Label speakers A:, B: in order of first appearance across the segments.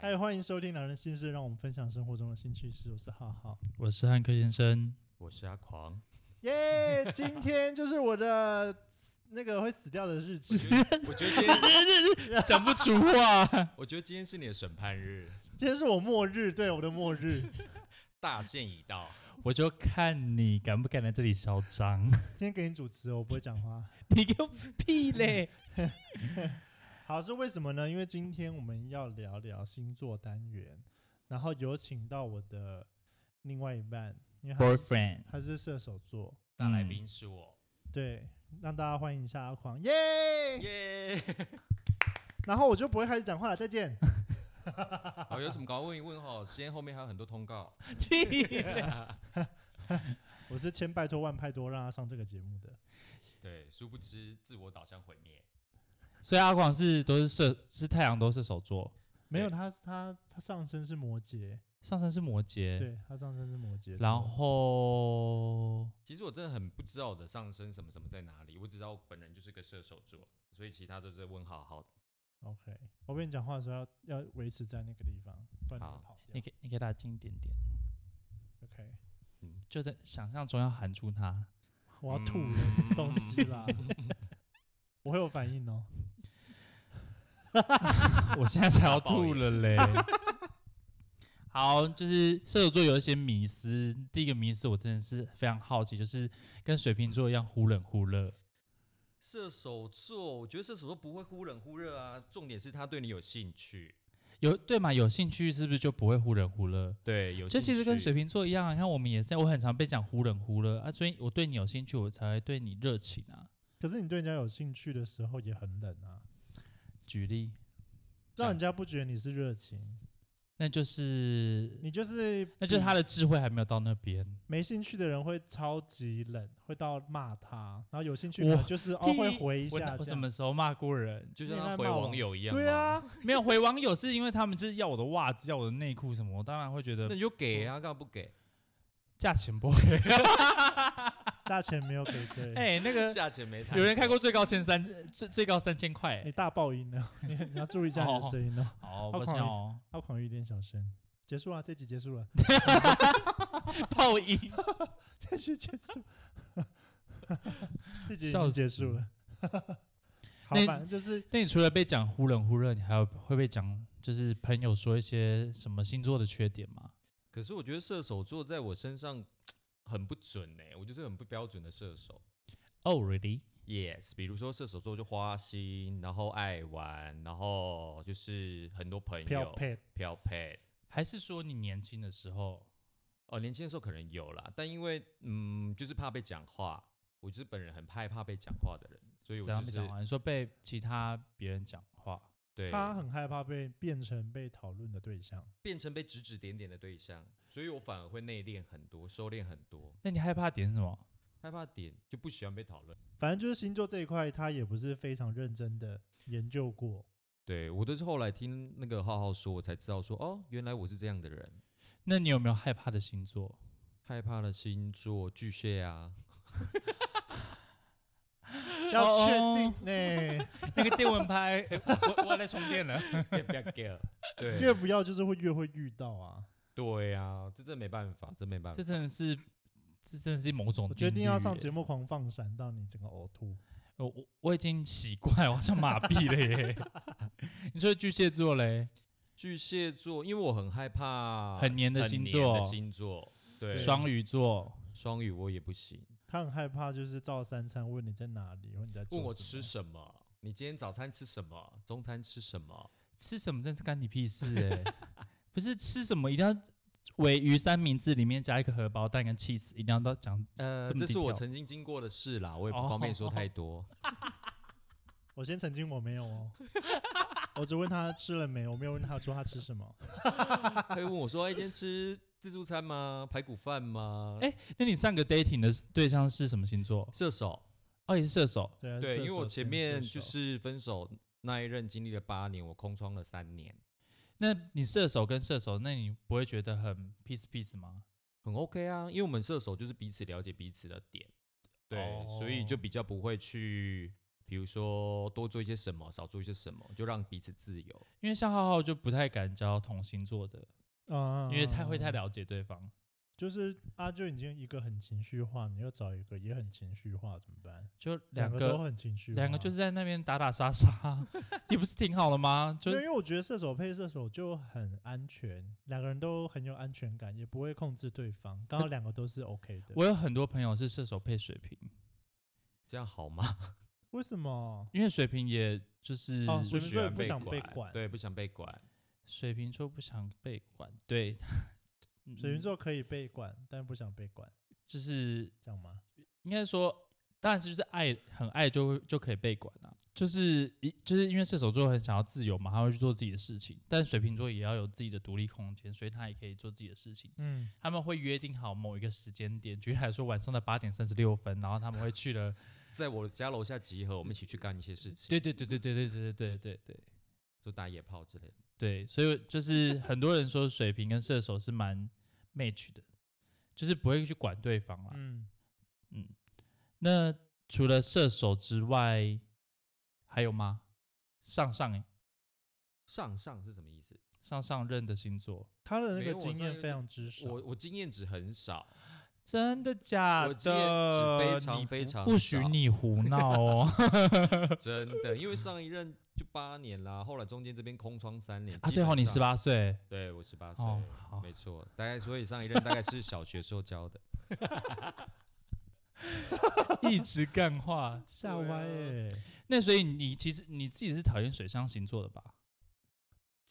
A: 哎
B: 嗨，欢迎收听《两人心事》，让我们分享生活中的新趣事。我是浩浩，
A: 我是汉克先生，
C: 我是阿狂。
B: 耶、今天就是我的那个会死掉的日
C: 我
B: 期
C: 觉。得，我觉得今天，
A: 讲不出话。
C: 我觉得今天是你的审判日，
B: 今天是我末日，对我的末日。
C: 大限已到。
A: 我就看你敢不敢来这里嚣张，
B: 今天给你主持哦，我不会讲话。
A: 你个屁嘞！
B: 好，是为什么呢？因为今天我们要聊聊星座单元，然后有请到我的另外一半，因为他是
A: boyfriend，
B: 他是射手座，
C: 大来宾是我，
B: 对，让大家欢迎一下阿狂，耶、
A: 哎
C: 耶！
B: 然后我就不会开始讲话了，再见。
C: 好，有什么赶快问一问哈。今天后面还有很多通告，
A: 去
B: 我是千拜托万拜托让他上这个节目的。
C: 对，殊不知自我导向毁灭。
A: 所以阿广是都是射，是太阳都是射手座，
B: 没有，
C: 对
B: 他他他上身是摩羯，
A: 上升是摩羯，
B: 对他上身是摩羯座，
A: 然后
C: 其实我真的很不知道我的上升什么什么在哪里，我只知道我本人就是个射手座，所以其他都是问好好。
B: OK，我跟你讲话的时候要要维持在那个地方，不然你会
C: 好
B: 跑掉
A: 你。给你给他近一点点，
B: OK，
A: 就在想象中要喊住 他。
B: 我要吐
A: 嗯
B: 了，什么东西 啦？我会有反应哦。
A: 我现在才要吐了嘞。 好，就是射手座有一些迷思。第一个迷思，我真的是非常好奇，就是跟水瓶座一样忽冷忽热。
C: 射手座，我觉得射手座不会忽冷忽热啊，重点是他对你有兴趣。
A: 有对嘛？有兴趣是不是就不会忽冷忽热？
C: 对，有
A: 这其实跟水
C: 瓶
A: 瓶座一样啊，你看我们也是，我很常被讲忽冷忽热啊，所以我对你有兴趣，我才会对你热情啊。
B: 可是你对人家有兴趣的时候也很冷啊，
A: 举例，
B: 让人家不觉得你是热情，
A: 那就是
B: 你就是
A: 呃那就是他的智慧还没有到那边。
B: 没兴趣的人会超级冷，会到骂他，然后有兴趣的
A: 我
B: 人就是哦会回一
A: 我
B: 下
A: 我
B: 这
A: 什
B: 样。
A: 么哦时候骂过人？
C: 就像他回网友一样，
B: 对，啊，
A: 没有回网友，是因为他们就是要我的袜子，要我的内裤什么，我当然会觉得
C: 那你就给啊，干嘛不给？
A: 价钱不 OK。
B: 价钱没有给 对。
A: 哎、那 个
C: 价钱没谈，
A: 有人开过最高千三，最最高三千块、欸
B: 你大爆音呢？ 你你要注意一下你的声音哦。
A: 好，
B: 哎好
A: 抱歉哦，
B: 阿狂有一点小声。结束啊，这集结束了，
A: 爆音。
B: 这集结束， 这集已
A: 笑
B: 经
A: 死
B: 结束了。好
A: 那，哎
B: 反正就是
A: 那你除了被讲忽冷忽热，你还有会被讲就是朋友说一些什么星座的缺点吗？
C: 可是我觉得射手座在我身上很不准呢、我就是很不标准的射手。
A: 哦、r e a l l y
C: Yes，比如说射手座就花心，然后爱玩，然后就是很多朋友
B: 漂配
C: 漂配。
A: 还是说你年轻的时候？
C: 哦，年轻的时候可能有啦，但因为嗯，就是怕被讲话，我就是本人很害怕被讲话的人，所以我
A: 怎样
C: 就
A: 被
C: 是
A: 讲话？你说被其他别人讲话，
C: 对
B: 他很害怕被变成被讨论的对象。
C: 变成被指指点点的对象，所以我反而会内敛很多，收敛很多，
A: 那你害怕点什么？
C: 害怕点就不喜欢被讨论。
B: 反正就是星座这一块，他也不是非常认真的研究过。
C: 对我都是后来听那个浩浩说，我才知道说哦，原来我是这样的人。
A: 那你有没有害怕的星座？
C: 害怕的星座巨蟹啊，
B: 要确
A: 哦
B: 定哎呢、
A: 那个电蚊拍， 哎我我在充电了。
B: 越
C: 对
B: 不要就是会越会遇到啊。
C: 对啊，这真没办法，真没办法
A: 这。真的是，这真的是某种
B: 我决定要上
A: 定律耶
B: 节目狂放闪，到你整个呕吐。
A: 我我我已经习惯了，我像麻痹了 耶。你说巨蟹座嘞，
C: 巨蟹座，因为我很害怕
A: 很黏的星座
C: 很
A: 哦
C: 黏的星座对
A: 双鱼座，
C: 双鱼我也不行。
B: 他很害怕，就是照三餐问你在哪里，或你在做
C: 问我
B: 什
C: 吃
B: 么
C: 什么？你今天早餐吃什么？中餐吃什么？
A: 吃什么真是干你屁事 哎！不是吃什么一定要尾鱼三明治里面加一个荷包蛋跟 cheese，一定要到讲
C: 呃，
A: 这么
C: 这是
A: 低
C: 我
A: 调
C: 曾经经过的事啦，我也
A: 哦
C: 不方便说太多。
B: 我先曾经我没有哦， 我只问他吃了没，我没有问他说他吃什么。
C: 他会问我说：“哎，今天吃自助餐吗？排骨饭吗？”
A: 哎那你上个 dating 的对象是什么星座？
C: 射手。
A: 哦，也是射手。
B: 对啊，
C: 对，
B: 射
C: 因为我
B: 手
C: 前
B: 前
C: 面
B: 射
C: 就
B: 手
C: 是分手那一任经历了八年，我空窗了三年，
A: 那你射手跟射手，那你不会觉得很 peace peace 吗？
C: 很 OK 啊，因为我们射手就是彼此了解彼此的点，对，所以就
A: 哦
C: 比较不会去比如说多做一些什么，少做一些什么，就让彼此自由。
A: 因为像浩浩就不太敢交同星座的，
B: 嗯，
A: 因为太会太
B: 聊。
A: 了解对方。
B: 就是阿就已经一个很情绪化，你又找一个也很情绪化，怎么办？
A: 就两
B: 两
A: 个
B: 都很啊情绪化，
A: 两个就是在那边打打杀杀， 你不是挺好了吗？就
B: 对，因为我觉得射手配射手就很安全，两个人都很有安全感，也不会控制对方，刚好两个都是 OK 的。
A: 我有很多朋友是射手配水瓶，
C: 这样好吗？
B: 为什么？
A: 因为水瓶也就是、
B: 哦
C: 不
B: 水瓶
C: 喜
B: 座也
C: 欢
B: 不
C: 被
B: 想被
C: 管，
B: 管
C: 对，不想被管。
A: 水瓶座不想被管，对，嗯
B: 水瓶座可以被管，但不想被管，
A: 就是
B: 这样吗？
A: 应该说，当然是就是爱很爱就会就可以被管啊，就是一就是因为射手座很想要自由嘛，他会去做自己的事情，但水瓶座也要有自己的独立空间，所以他也可以做自己的事情。
B: 嗯，
A: 他们会约定好某一个时间点，举例来说晚上的八点三十六分，然后他们会去了。
C: 在我家楼下集合，我们一起去干一些 事情，
A: 对对对对对对对对对对
C: 就打野炮之类的。
A: 对，所以就是很多人说水瓶跟射手是蛮 match 的，就是不会去管对方啊啦。
B: 嗯，
A: 嗯，那除了射手之外，还有吗？上上欸
C: 上上是什么意思？
A: 上上任的星座，
B: 他的那
C: 没
B: 个
C: 有我
B: 经
C: 上一
B: 验
C: 个
B: 非常之少。
C: 我我经验值很少，
A: 真的假
C: 我经验值
A: 的？
C: 非常
A: 你
C: 非常
A: 不许
C: 少
A: 你胡闹哦！
C: 真的，因为上一任就八年啦，后来中间这边空窗三年。
A: 啊，
C: 基本
A: 最后你
C: 上
A: 十？八岁
C: 对，我十八岁，
A: 哦，好，
C: 没错。大概所以上一任大概是小学时候教的。
A: 一直干话。
B: 吓
C: 对啊
B: 歪耶、
A: 那所以你其实你自己是讨厌水象星座的吧？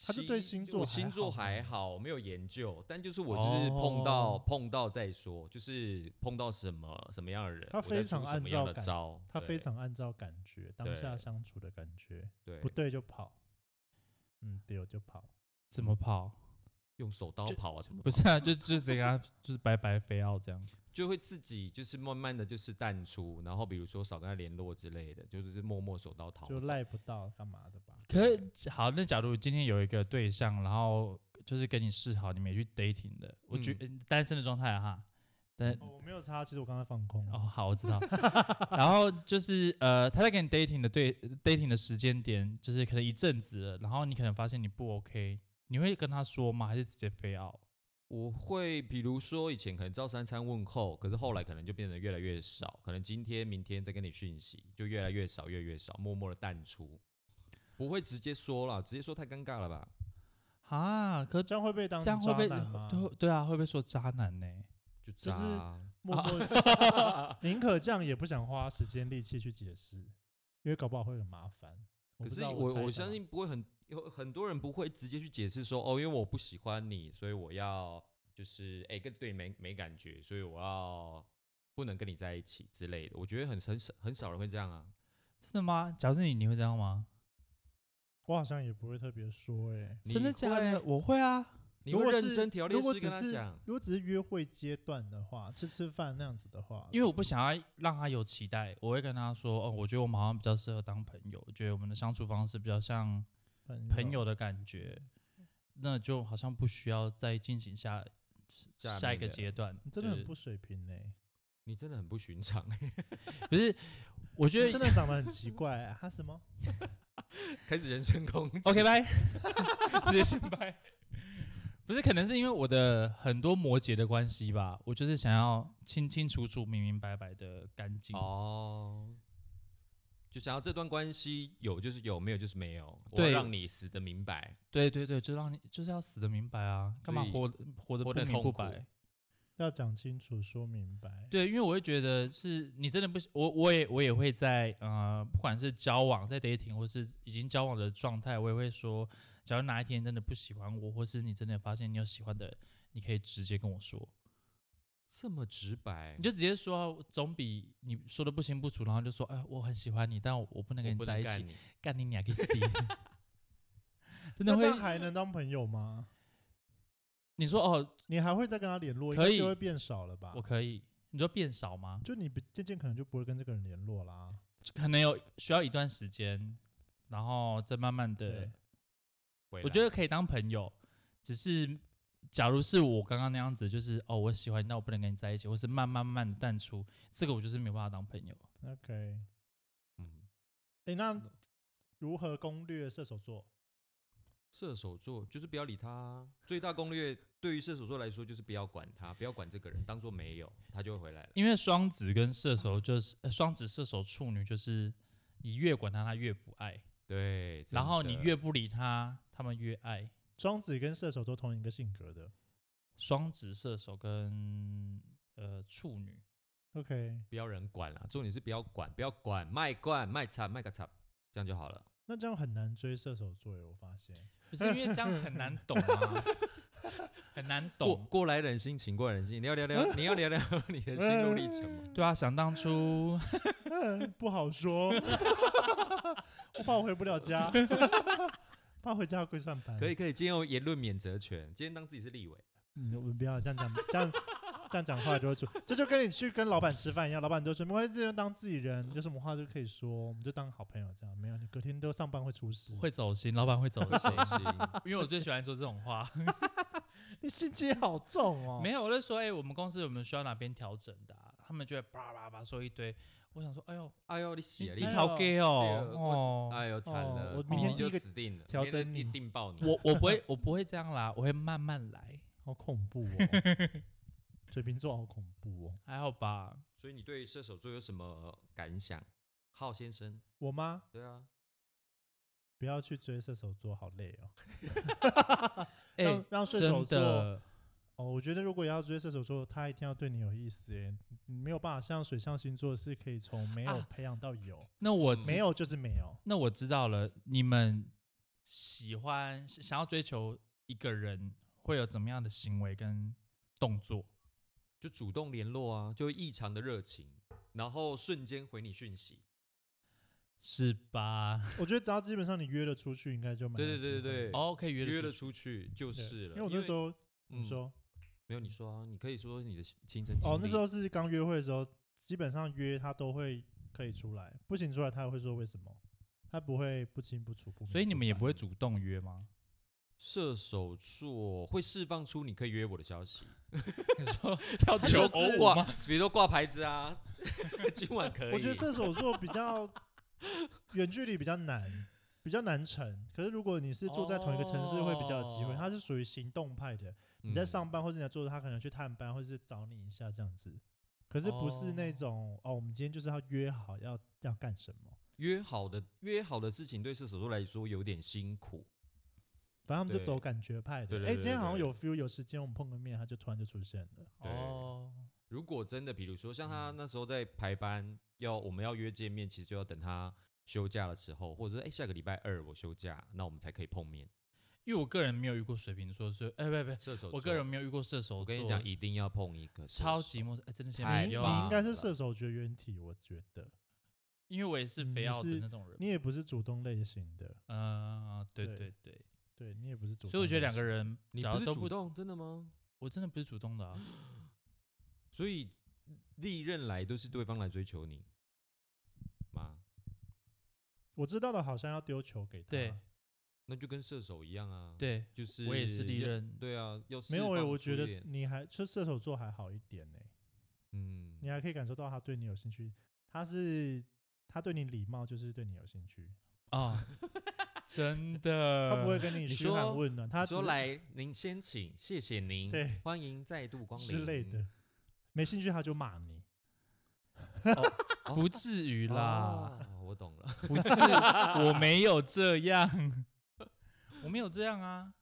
B: 他就对
C: 其
B: 星座
C: 我
B: 还
C: 星座
B: 好
C: 还好，没有研究，但就是我就是碰到、
A: 哦
C: 碰到再说，就是碰到什么什么样的人，
B: 他
C: 我再
B: 非
C: 出
B: 常
C: 什
B: 按
C: 么样
B: 照
C: 的
B: 感
C: 招，
B: 他
C: 对
B: 非常按照感觉，当下
C: 对
B: 相处的感觉，
C: 对，
B: 不对就跑，嗯，丢就跑。
A: 怎么跑？
C: 用手刀
A: 就
C: 跑啊，怎么
A: 不是啊，就就直接跟他就是白白飞奥这样。
C: 就会自己就是慢慢的就是淡出，然后比如说少跟他联络之类的，就是默默手刀逃
B: 就
C: 走
B: 赖不到干嘛的吧？
A: 可是好，那假如今天有一个对象，然后就是跟你示好，你们也去 dating 的，我觉得、单身的状态啊哈，但
B: 哦、我没有插，其实我刚才放空
A: 哦，好，我知道。 然后就是呃，他在跟你 dating 的对 dating 的时间点，就是可能一阵子了，然后你可能发现你不 OK，你会跟他说吗？还是直接飞 out？
C: 我会比如说以前可能照三餐问候，可是后来可能就变得越来越少，可能今天明天再跟你讯息就越来越少，越来越少，默默的淡出，不会直接说了，直接说太尴尬了吧？
A: 啊，可
B: 这样会被当
A: 这样会
B: 渣
A: 被
B: 男吗？
A: 对对啊，会被说渣男呢、
C: 就
B: 就
C: 渣、
B: 是
C: 啊。
B: 默默
A: 哦
B: 宁可这样，也不想花时间力气去解释，因为搞不好会很麻烦。
C: 可
B: 我不知
C: 是
B: 道
C: 我
B: 我猜啊
C: 我
B: 的
C: 相
B: 啦
C: 信不会很有很多人不会直接去解释说哦，因为我不喜欢你，所以我要就是哎跟对你没没感觉，所以我要不能跟你在一起之类的。我觉得很很少很少人会这样啊。
A: 真的吗？假如是你，你会这样吗？
B: 我好像也不会特别说哎、
C: 你
A: 真的假的？我会啊，
C: 你
B: 如
C: 会
B: 果
C: 认
B: 是
C: 真条列
B: 如果
C: 式
B: 只
C: 跟他
B: 是
C: 讲，
B: 如果只是约会阶段的话，吃吃饭那样子的话，
A: 因为我不想要让他有期待，我会跟他说，哦，我觉得我们好像比较适合当朋友，我觉得我们的相处方式比较像
B: 为
A: 朋友的感觉，那就好像不需要再进行下
C: 下
A: 下一
C: 面
A: 个
C: 的
A: 阶段。
B: 你真的很
A: 对
B: 不水平哎、
C: 你真的很不寻常，欸
A: 不是，我觉
B: 你
A: 得
B: 真的长得很奇怪、啊。他什么？
C: 开始人身攻击。
A: OK 拜，直接先拜。不是，可能是因为我的很多摩羯的关系吧，我就是想要清清楚楚、明明白白的干净。
C: 哦，就想要这段关系有就是有，没有就是没有，我要
A: 对
C: 让你死的明白。
A: 对对对，就让你就是要死的明白啊，干嘛
C: 所以
A: 活得活
C: 活
A: 得不
C: 得
A: 明
C: 痛
A: 不
C: 苦
A: 白？
B: 要讲清楚，说明白。
A: 对，因为我会觉得是你真的不喜，我我也我也会在呃，不管是交往在 dating 或是已经交往的状态，我也会说，假如哪一天真的不喜欢我，或是你真的发现你有喜欢的人，你可以直接跟我说，
C: 这么直白，
A: 你就直接说啊、总比你说的不清不楚，然后就说，哎，我很喜欢你，但我我不能
C: 我
A: 跟
C: 不
A: 你在
C: 能
A: 一
C: 干
A: 起，
C: 你。
A: 干你娘 个死！真
B: 那
A: 的
B: 这样
A: 会，
B: 还能当朋友吗？
A: 你说哦，
B: 你还会再跟他联络，应
A: 可
B: 该
A: 以
B: 就会变少了吧
A: 我？可以，你说变少吗？
B: 就你不渐渐可能就不会跟这个人联络啦。
A: 可能有需要一段时间，然后再慢慢的。
B: 对
C: 回
A: 我
C: 来
A: 觉得可以当朋友，只是假如是我刚刚那样子，就是哦，我喜欢你，但我不能跟你在一起，或是慢慢慢的淡出，这个我就是没有办法当朋友。
B: OK，
C: 嗯，
B: 诶，那如何攻略射手座？
C: 射手座就是不要理他啊、最大攻略对于射手座来说就是不要管他，不要管这个人，当做没有，他就会回来了。
A: 因为双子跟射手就是呃双子、射手、处女，就是你越管他，他越不爱；
C: 对，真
A: 然后你
C: 的
A: 越不理他，他们越爱。
B: 双子跟射手都同一个性格的。
A: 双子、射手跟呃处女，
B: OK，
C: 不要人管啦，重点是不要管，不要管，卖罐卖惨卖个惨，这样就好了。
B: 那这样很难追射手座耶，我发现。
A: 不是因为这样很 难懂啊，很难
C: 过
A: 懂。
C: 过来人心情，过来人心，你要聊 聊，你要聊聊你的心路历程吗？
A: 对啊，想当 初
B: 嗯，不好说， 我怕我回不了家， 怕回家要跪算盘。
C: 可以，可以，今天有言论免责权，今天当自己是 立委，
B: 你嗯我们不要这样讲，这样这样讲话就会出。这就跟你去跟老板吃饭一样，老板就说没关系，就当自己人，有什么话就可以说，我们就当好朋友这样。没有，你隔天都上班会出事。
A: 会走心，老板会走心
C: 谁，信？
A: 因为我最喜欢说这种 话。
B: 你心机好重哦。
A: 没有，我就说，哎、我们公司有没有需要哪边调整的啊、他们就会叭叭叭说一堆。我想说，哎呦，
C: 哎呦，你写
A: 你
B: 哎
C: 了，
A: 逃 gay 哦
C: 对，
A: 哦，
C: 哎呦，惨了，
B: 哦我明天
C: 你就
B: 第一个
C: 死定了，
B: 调整
C: 定
B: 你
C: 定爆你。
A: 我我不会，我不会这样啦，我会慢慢来，
B: 好恐 怖哦！水瓶座好恐怖哦。
A: 还好吧？
C: 所以你对射手座有什么感想，浩先生？
B: 我妈
C: 对啊，
B: 不要去追射手座，好累哦。
A: 哎、
B: 让让射手座
A: 真的，
B: 哦，我觉得如果要追射手座，他一定要对你有意思耶。你没有办法像水象星座是可以从没有
A: 啊
B: 培养到有，
A: 那我知
B: 没，有就是没有。
A: 那我知道了。你们喜欢想要追求一个人，会有怎么样的行为跟动作？
C: 就主动联络啊，就异常的热情，然后瞬间回你讯息。
A: 是吧？
B: 我觉得只要基本上你约了出去，应该就蛮
C: 对对
B: 有机
C: 对
B: 会
C: 对对，
A: 哦，可以约
C: 约
A: 得
C: 了
A: 出去
C: 出去就
B: 对
C: 是了。
B: 因为我那时候你
C: 嗯
B: 说
C: 没有你说啊，你可以说你的亲身经历。
B: 哦，那时候是刚约会的时候，基本上约他都会可以出来，不行出来他会说为什么，他不会不清不楚不明不白。
A: 所以你们也不会主动 约吗？
C: 射手座会释放出你可以约我的消息，
A: 你说跳
B: 就
A: 求
B: 是
A: 偶
C: 挂
A: 舞吗？，
C: 比如说挂牌子啊， 今晚可以。
B: 我觉得射手座比 较远距离比较难，比较难成。可是如果你是住在同一个城市，会比较有机会。
A: 哦
B: 他是属于行动派
C: 嗯
B: 的，你在上班或者你在做，他可能去探班或者是找你一下这样子。可是不是那
A: 哦
B: 种哦我们今天就是要约好要要干什么，
C: 约好的约好的事情对射手座来说有点辛苦，
B: 反正他们就
C: 对
B: 走感觉派的
C: 对。对
B: 哎，
C: 对
B: 今天好像
C: 对
B: 有 feel，有时间我们碰个面，他就突然就出现了。
C: 对
A: 哦，
C: 如果真的，比如说像
B: 嗯
C: 他那时候在排班，要我们要约见面，其实就要等他休假的时候，或者是哎、下个礼拜二我休假，那我们才可以碰面。
A: 因为我个人没有遇过水瓶座，所以哎，不不
C: 射手座，
A: 我个人没有遇过射手座。
C: 我跟你讲，一定要碰一个射手
A: 超级陌生，哎，真的先
C: 太
A: 没
B: 你
A: 有
C: 棒
B: 你
A: 啊
B: 应，该
C: 了
B: 是射手绝缘体，我觉得
A: 因为我也是
B: 嗯
A: 非
B: 你
A: 要的
B: 是
A: 那种人。
B: 你也不是主动类型的，
A: 嗯，对
B: 对
A: 对对，
B: 对你也不是主动类型。
A: 所以我觉得两个人
C: 你
A: 只要
C: 不是
A: 都
C: 主
A: 不，
C: 动嗯真的吗？
A: 我真的不是主动的啊，
C: 所以历任来都是对方来追求你吗？
B: 我知道的，好像要丢球给他。
A: 对
C: 那就跟射手一样啊，，
A: 对，
C: 就是
A: 我也是历
C: 要，
A: 任，
C: 对啊，要释
B: 没有诶、
C: 放
B: 我
C: 出
B: 觉
C: 一
B: 得
C: 点
B: 你还就射手座还好一点呢、
C: 嗯，
B: 你还可以感受到他对你有兴趣，他是他对你礼貌，就是对你有兴趣，
A: 啊， 真的，
B: 他不会跟你
C: 你
B: 嘘寒
C: 说
B: 问暖，他
C: 呃你说
B: 只是
C: 来，您先请，谢谢您，
B: 对
C: 欢迎再度光临
B: 之类的，没兴趣他就骂你。
A: 不至于啦，
C: 哦我懂了，
A: 不至，我没有这样， 我没有这样啊，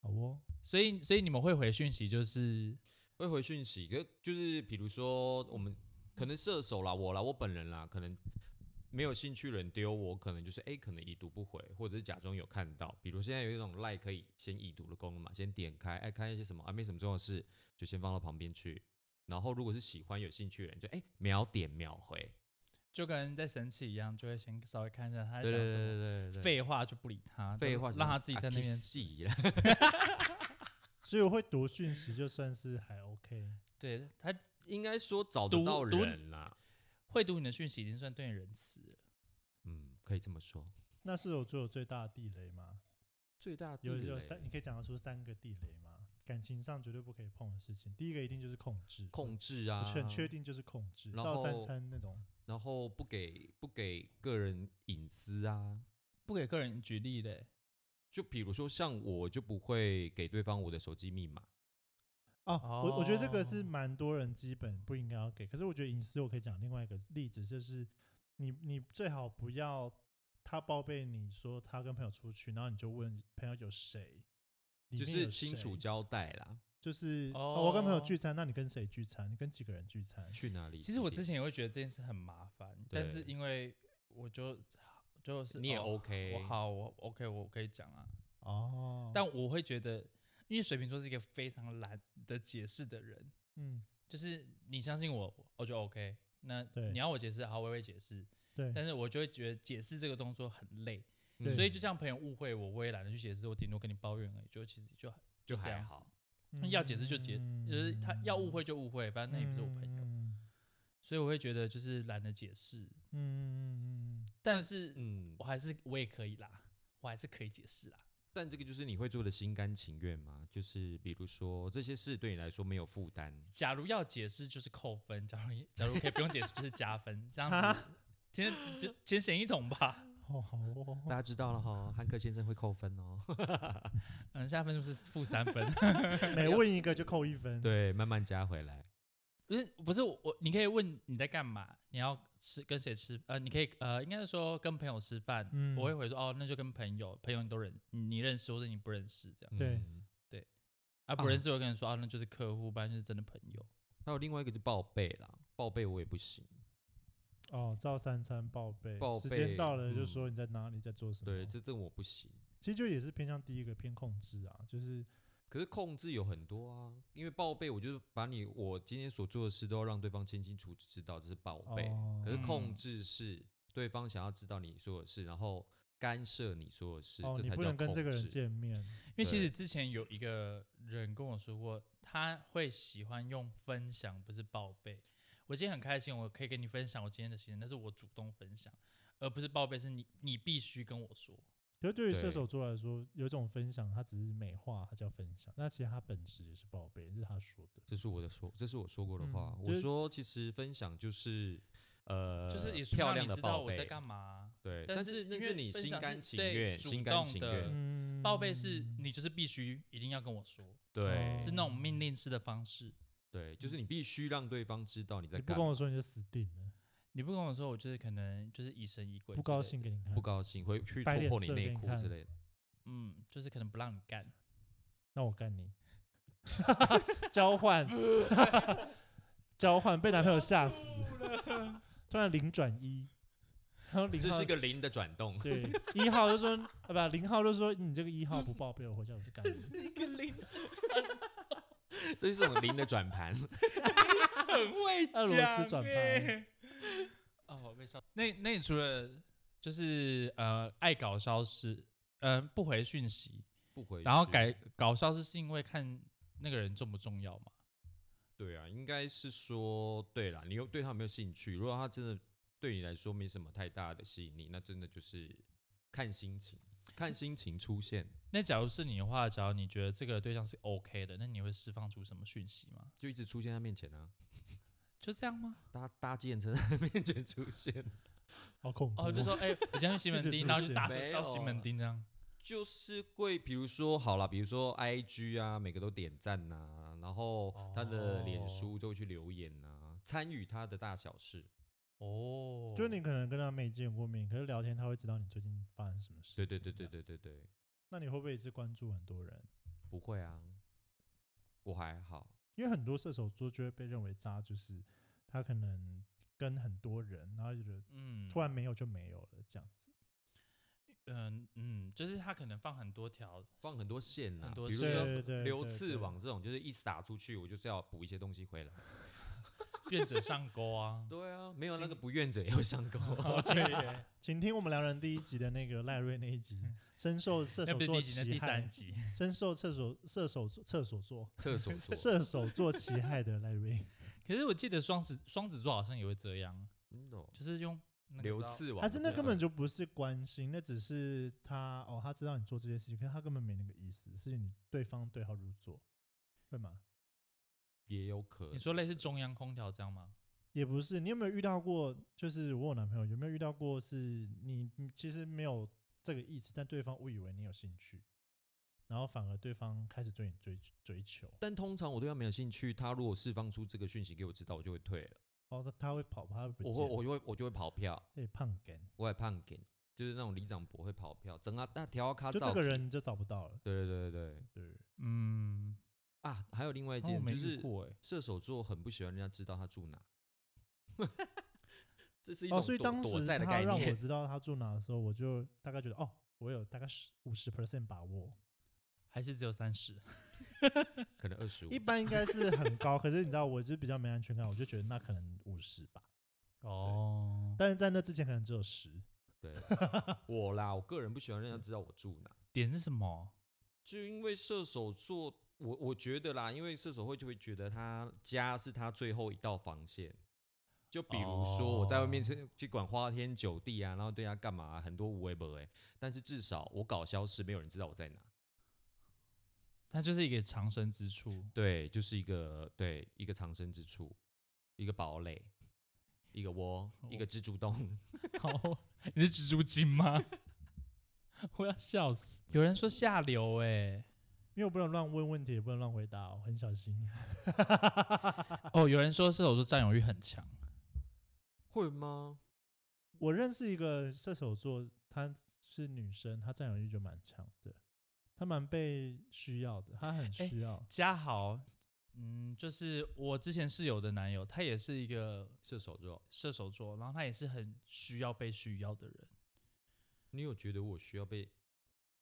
B: 好哦，
A: 所以所以你们会回讯息就是
C: 会回讯息，可就是比如说我们可能射手啦，我啦，我本人啦，可能没有兴趣的人丢我，可能就是哎，可能已读不回，或者是假装有看到，比如现在有一种赖可以先已读的功能嘛，先点开，哎，看一些什么啊，没什么重要的事，就先放到旁边去。然后如果是喜欢有兴趣的人，就哎秒点秒回，
A: 就跟在生气一样，就会先稍微看一下他在
C: 对
A: 讲
C: 对
A: 什么，
C: 对对对，
A: 废话就不理他，
C: 废话，啊
A: 让他自己在那边
C: 洗了。
B: 所以我会读讯息，就算是还 OK。
A: 对他
C: 应该说找得
A: 读
C: 到
A: 读
C: 人啦，
A: 会读你的讯息已经算对你仁慈了。
C: 嗯，可以这么说。
B: 那射手座有最大的地雷吗？
C: 最大的
B: 有
C: 地
B: 有
C: 雷
B: 三，你可以讲得出三个地雷吗？感情上绝对不可以碰的事情，第一个一定就是控制，
C: 控制啊，
B: 我很确定就是控制，
C: 然
B: 照三
C: 后
B: 餐那种
C: 然后不给不给个人隐私啊。
A: 不给个人举例嘞，
C: 就比如说像我就不会给对方我的手机密码，
B: 哦，我我觉得这个是
A: 哦
B: 蛮多人基本不应该要给，可是我觉得隐私我可以讲另外一个例子，就是你你最好不要他报备你说他跟朋友出去，然后你就问朋友有谁，里
C: 就
B: 面
C: 是
B: 有
C: 清楚
B: 谁
C: 交代啦，
B: 就是
A: 哦
B: 哦我跟朋友聚餐，那你跟谁聚餐？你跟几个人聚餐？
C: 去哪里。
A: 其实我之
C: 己
A: 前也会觉得这件事很麻烦，但是
C: 对
A: 因为我就就是
C: 你也
A: 哦
C: OK
A: 我好，我 OK，我可以讲啊。
B: 哦，
A: 但我会觉得，因为水瓶座是一个非常懒得解释的人，
B: 嗯，
A: 就是你相信我，我就 OK。那
B: 对
A: 你要我解释，好，我也会解释，
B: 对，
A: 但是我就会觉得解释这个动作很累，
C: 嗯
B: 对
A: 所以就像朋友误会我，我也懒得去解释，我顶多跟你抱怨而已，就其实就
C: 就
A: 这
C: 还
A: 样
C: 好，
B: 嗯
A: 要解释就解，就是他要误会，就误会，反正那也不是我朋友，
B: 嗯
A: 所以我会觉得就是懒得解释，
B: 嗯嗯嗯
A: 但是
C: 嗯
A: 我，还是我也可以啦，我还是可以解释啦。
C: 但这个就是你会做的心甘情愿吗？就是比如说这些事对你来说没有负担，
A: 假如要解释就是扣分，假如假如可以不用解释就是加分，这样子天就浅显易懂吧？
B: 嗯，哦好哦，
C: 大家知道了哈，汉克先生会扣分哦。
A: 嗯，现在分数是负三分，
B: 每问一个就扣一分，
C: 对，慢慢加回来。
A: 不是不是我你可以问你在干嘛，你要吃跟谁吃？呃，你可以呃，应该是说跟朋友吃饭，
B: 嗯
A: 我会回说哦，那就跟朋友，朋友你都认你认识或者你不认识这样，
B: 对
C: 嗯
A: 啊不
C: 啊
A: 认识我会跟你说啊，那就是客户，不然就是真的朋友。
C: 还有另外一个就报备啦，报备我也不行。
B: 哦，照三餐报备，
C: 报
B: 时间
C: 备
B: 到了就
C: 嗯
B: 说你在哪里，在做什么。
C: 对，这这我不行。
B: 其实就也是偏向第一个偏控制啊，就是
C: 可是控制有很多啊，因为报备，我就是把你我今天所做的事都要让对方清清楚楚知道，这是报备。
B: 哦
C: 可是控
A: 嗯
C: 制是对方想要知道你所有事，然后干涉你所有事，
B: 哦，
C: 这
B: 你
C: 才
B: 不
C: 叫
B: 能跟
C: 控
B: 这个人
C: 制。
B: 见面，
A: 因为其
C: 对
A: 实之前有一个人跟我说过，他会喜欢用分享，不是报备。我今天很开心，我可以跟你分享我今天的行程，但是我主动分享，而不是报备，是你你必须跟我说。
B: 可是对于射
C: 对
B: 手座来说，有一种分享，它只是美化，它叫分享，那其实它本质也是报备，这是他说的。
C: 这是我的说，这是我说过的话。
B: 嗯就
C: 我
B: 是
C: 说，其实分享就是呃，
A: 就是也是
C: 漂
A: 让
C: 亮
A: 你
C: 的
A: 知道
C: 报
A: 我
C: 备。
A: 在干嘛。
C: 对，
A: 但
C: 但
A: 是
C: 是那
A: 因
C: 是
A: 为
C: 你
A: 分
C: 心
A: 享
C: 甘
A: 是
C: 情
A: 对
C: 愿，
A: 主
C: 心甘
A: 动
C: 情
A: 的
C: 愿。
B: 嗯，
A: 报备是你就是必须一定要跟我说，
C: 对，
B: 哦
A: 是那种命令式的方式。
C: 对，就是你必须让对方知道你在
B: 你不
C: 干
B: 跟
C: 嘛，
B: 我说你就死定了，
A: 你不跟我说，我就是可能就是疑神疑鬼，
B: 不高兴。给你看
C: 不，高兴，会去
B: 摆
C: 戳破
B: 脸
C: 你
B: 色给
C: 内
B: 你
C: 裤
B: 看
C: 之类的。
A: 嗯，就是可能不让你干。
B: 那我干你， 交换， 交换被男朋友吓死，突然零转一，然后零
C: 这
B: 号
C: 是一个零的转动，
B: 对，一号就说啊不，零号就说你这个一号不报备，我回家我就干你。
A: 一个零，
C: 这是一种零的转 盘。
A: 很会
B: 俄罗斯转盘
A: 欸。哦，我被烧。那那你除了就是呃爱搞消失，呃不回讯息，
C: 不回去，
A: 然后改搞消失是因为看那个人重不重要嘛？
C: 对啊，应该是说对啦，你又对他没有兴趣。如果他真的对你来说没什么太大的吸引力，那真的就是看心情，看心情出现。
A: 那假如是你的话，假如你觉得这个对象是 OK 的，那你会释放出什么讯息吗？
C: 就一直出现在他面前啊，
A: 就这样吗？
C: 搭搭建车在他面前出现，
B: 好恐怖！
A: 哦，就说哎、我今天去西门
B: 一直
A: 町，
B: 出
A: 然后就
B: 现
A: 打
C: 没
A: 折
C: 有
A: 到西门町这样。
C: 就是会比如说好啦，比如说 I G 啊，每个都点赞呐、啊然后他的脸
A: 哦
C: 书就会去留言呐、参与他的大小事。
A: 哦，
B: 就你可能跟他没见过面，可是聊天他会知道你最近发生什么事。
C: 对对对对。对对对，
B: 那你会不会也是关注很多人？
C: 不会啊，我还好。
B: 因为很多射手座就会被认为渣，就是他可能跟很多人，然后觉得
A: 嗯，
B: 突然没有就没有了这样子。
A: 嗯嗯，就是他可能放很多条，
C: 放很多线呐、
A: 很多
C: 比如
A: 线
C: 说
B: 对对
C: 留
B: 对
C: 刺
B: 对
C: 网这种，就是一撒出去，我就是要补一些东西回
A: 啊
C: 来。。
A: 愿者上钩啊
C: 对啊，没有那
A: 行
C: 个不愿者也会上 钩。
A: 哦，对耶，
B: 请听我们良人第一集的那个赖瑞那一集，深受射
A: 嗯那
B: 手
A: 不是第
B: 座
A: 一集，那
B: 其
A: 第三
B: 害，
A: 集。
B: 深受厕所射手座厕所座
C: 厕所座，
B: 射手座其害的赖瑞，
A: 可是我记得双子双子座好像也会这样，
C: 真的哦
A: 就是用那个
C: 留
A: 不知道
C: 刺网的部分，
B: 他真的根本就不是关心，那只是他哦，他知道你做这些事情，可是他根本没那个意思，是你对方对号入座，会吗？
C: 也有可能
A: 你。说类似中央空调这样吗？
B: 也不是，你有没有遇到过？就是我有男朋友有没有遇到过？是你你其实没有这个意思，但对方误以为你有兴趣，然后反而对方开始对你追追求，
C: 但通常我对他没有兴趣，他如果释放出这个讯息给我知道，我就会退了，
B: 哦，他他会跑，他会不
C: 我
B: 见，
C: 会我就会我就会跑票，
B: 哎胖梗，
C: 我也胖给，就是那种里长伯会跑票，整啊那条卡
B: 就这个人你就找不到了，
C: 对对对对
B: 对，
A: 嗯，
C: 啊，还有另外一
A: 哦我
C: 件、
A: 没
C: 就
A: 遇
C: 是
A: 过哎、
C: 射手座很不喜欢人家知道他住哪， 这是一种
B: 哦，
C: 躲,、
B: 所以当
C: 躲
B: 时
C: 在的
B: 他
C: 概
B: 让我
C: 念。
B: 知道他住哪的时候，我就大概觉得哦，我有大概十五十 percent 把握，
A: 还是只有三十。
C: 可能二十五
B: 一，般应该是很高，可是你知道，我就是比较没安全感，我就觉得那可能五十吧，
A: 哦，
B: 但是在那之前可能只有十，
C: 对我啦，我个人不喜欢让人家知道我住哪，
A: 点是什么？
C: 就因为射手座，我我觉得啦，因为射手会就会觉得他家是他最后一道防线。就比如说我在外
B: 哦
C: 面去去管花天酒地啊，然后对他干嘛啊、很多无为不为，但是至少我搞消失，没有人知道我在哪。
A: 它就是一个藏身之处，
C: 对，就是一个对一个藏身之处，一个堡垒，一个窝，一个蜘蛛洞。
A: 好，哦你是蜘蛛精吗？ 我要笑死！有人说下流哎、
B: 因为我不能乱问问题，也不能乱回答哦，我很小心。
A: 哦，有人说射手座占有欲很强，
C: 会吗？
B: 我认识一个射手座，她是女生，她占有欲就蛮强的，她蛮被需要的，她很需要。
A: 嘉豪，嗯，就是我之前室友的男友，他也是一个
C: 射手座，
A: 射手座，然后他也是很需要被需要的人。
C: 你有觉得我需要被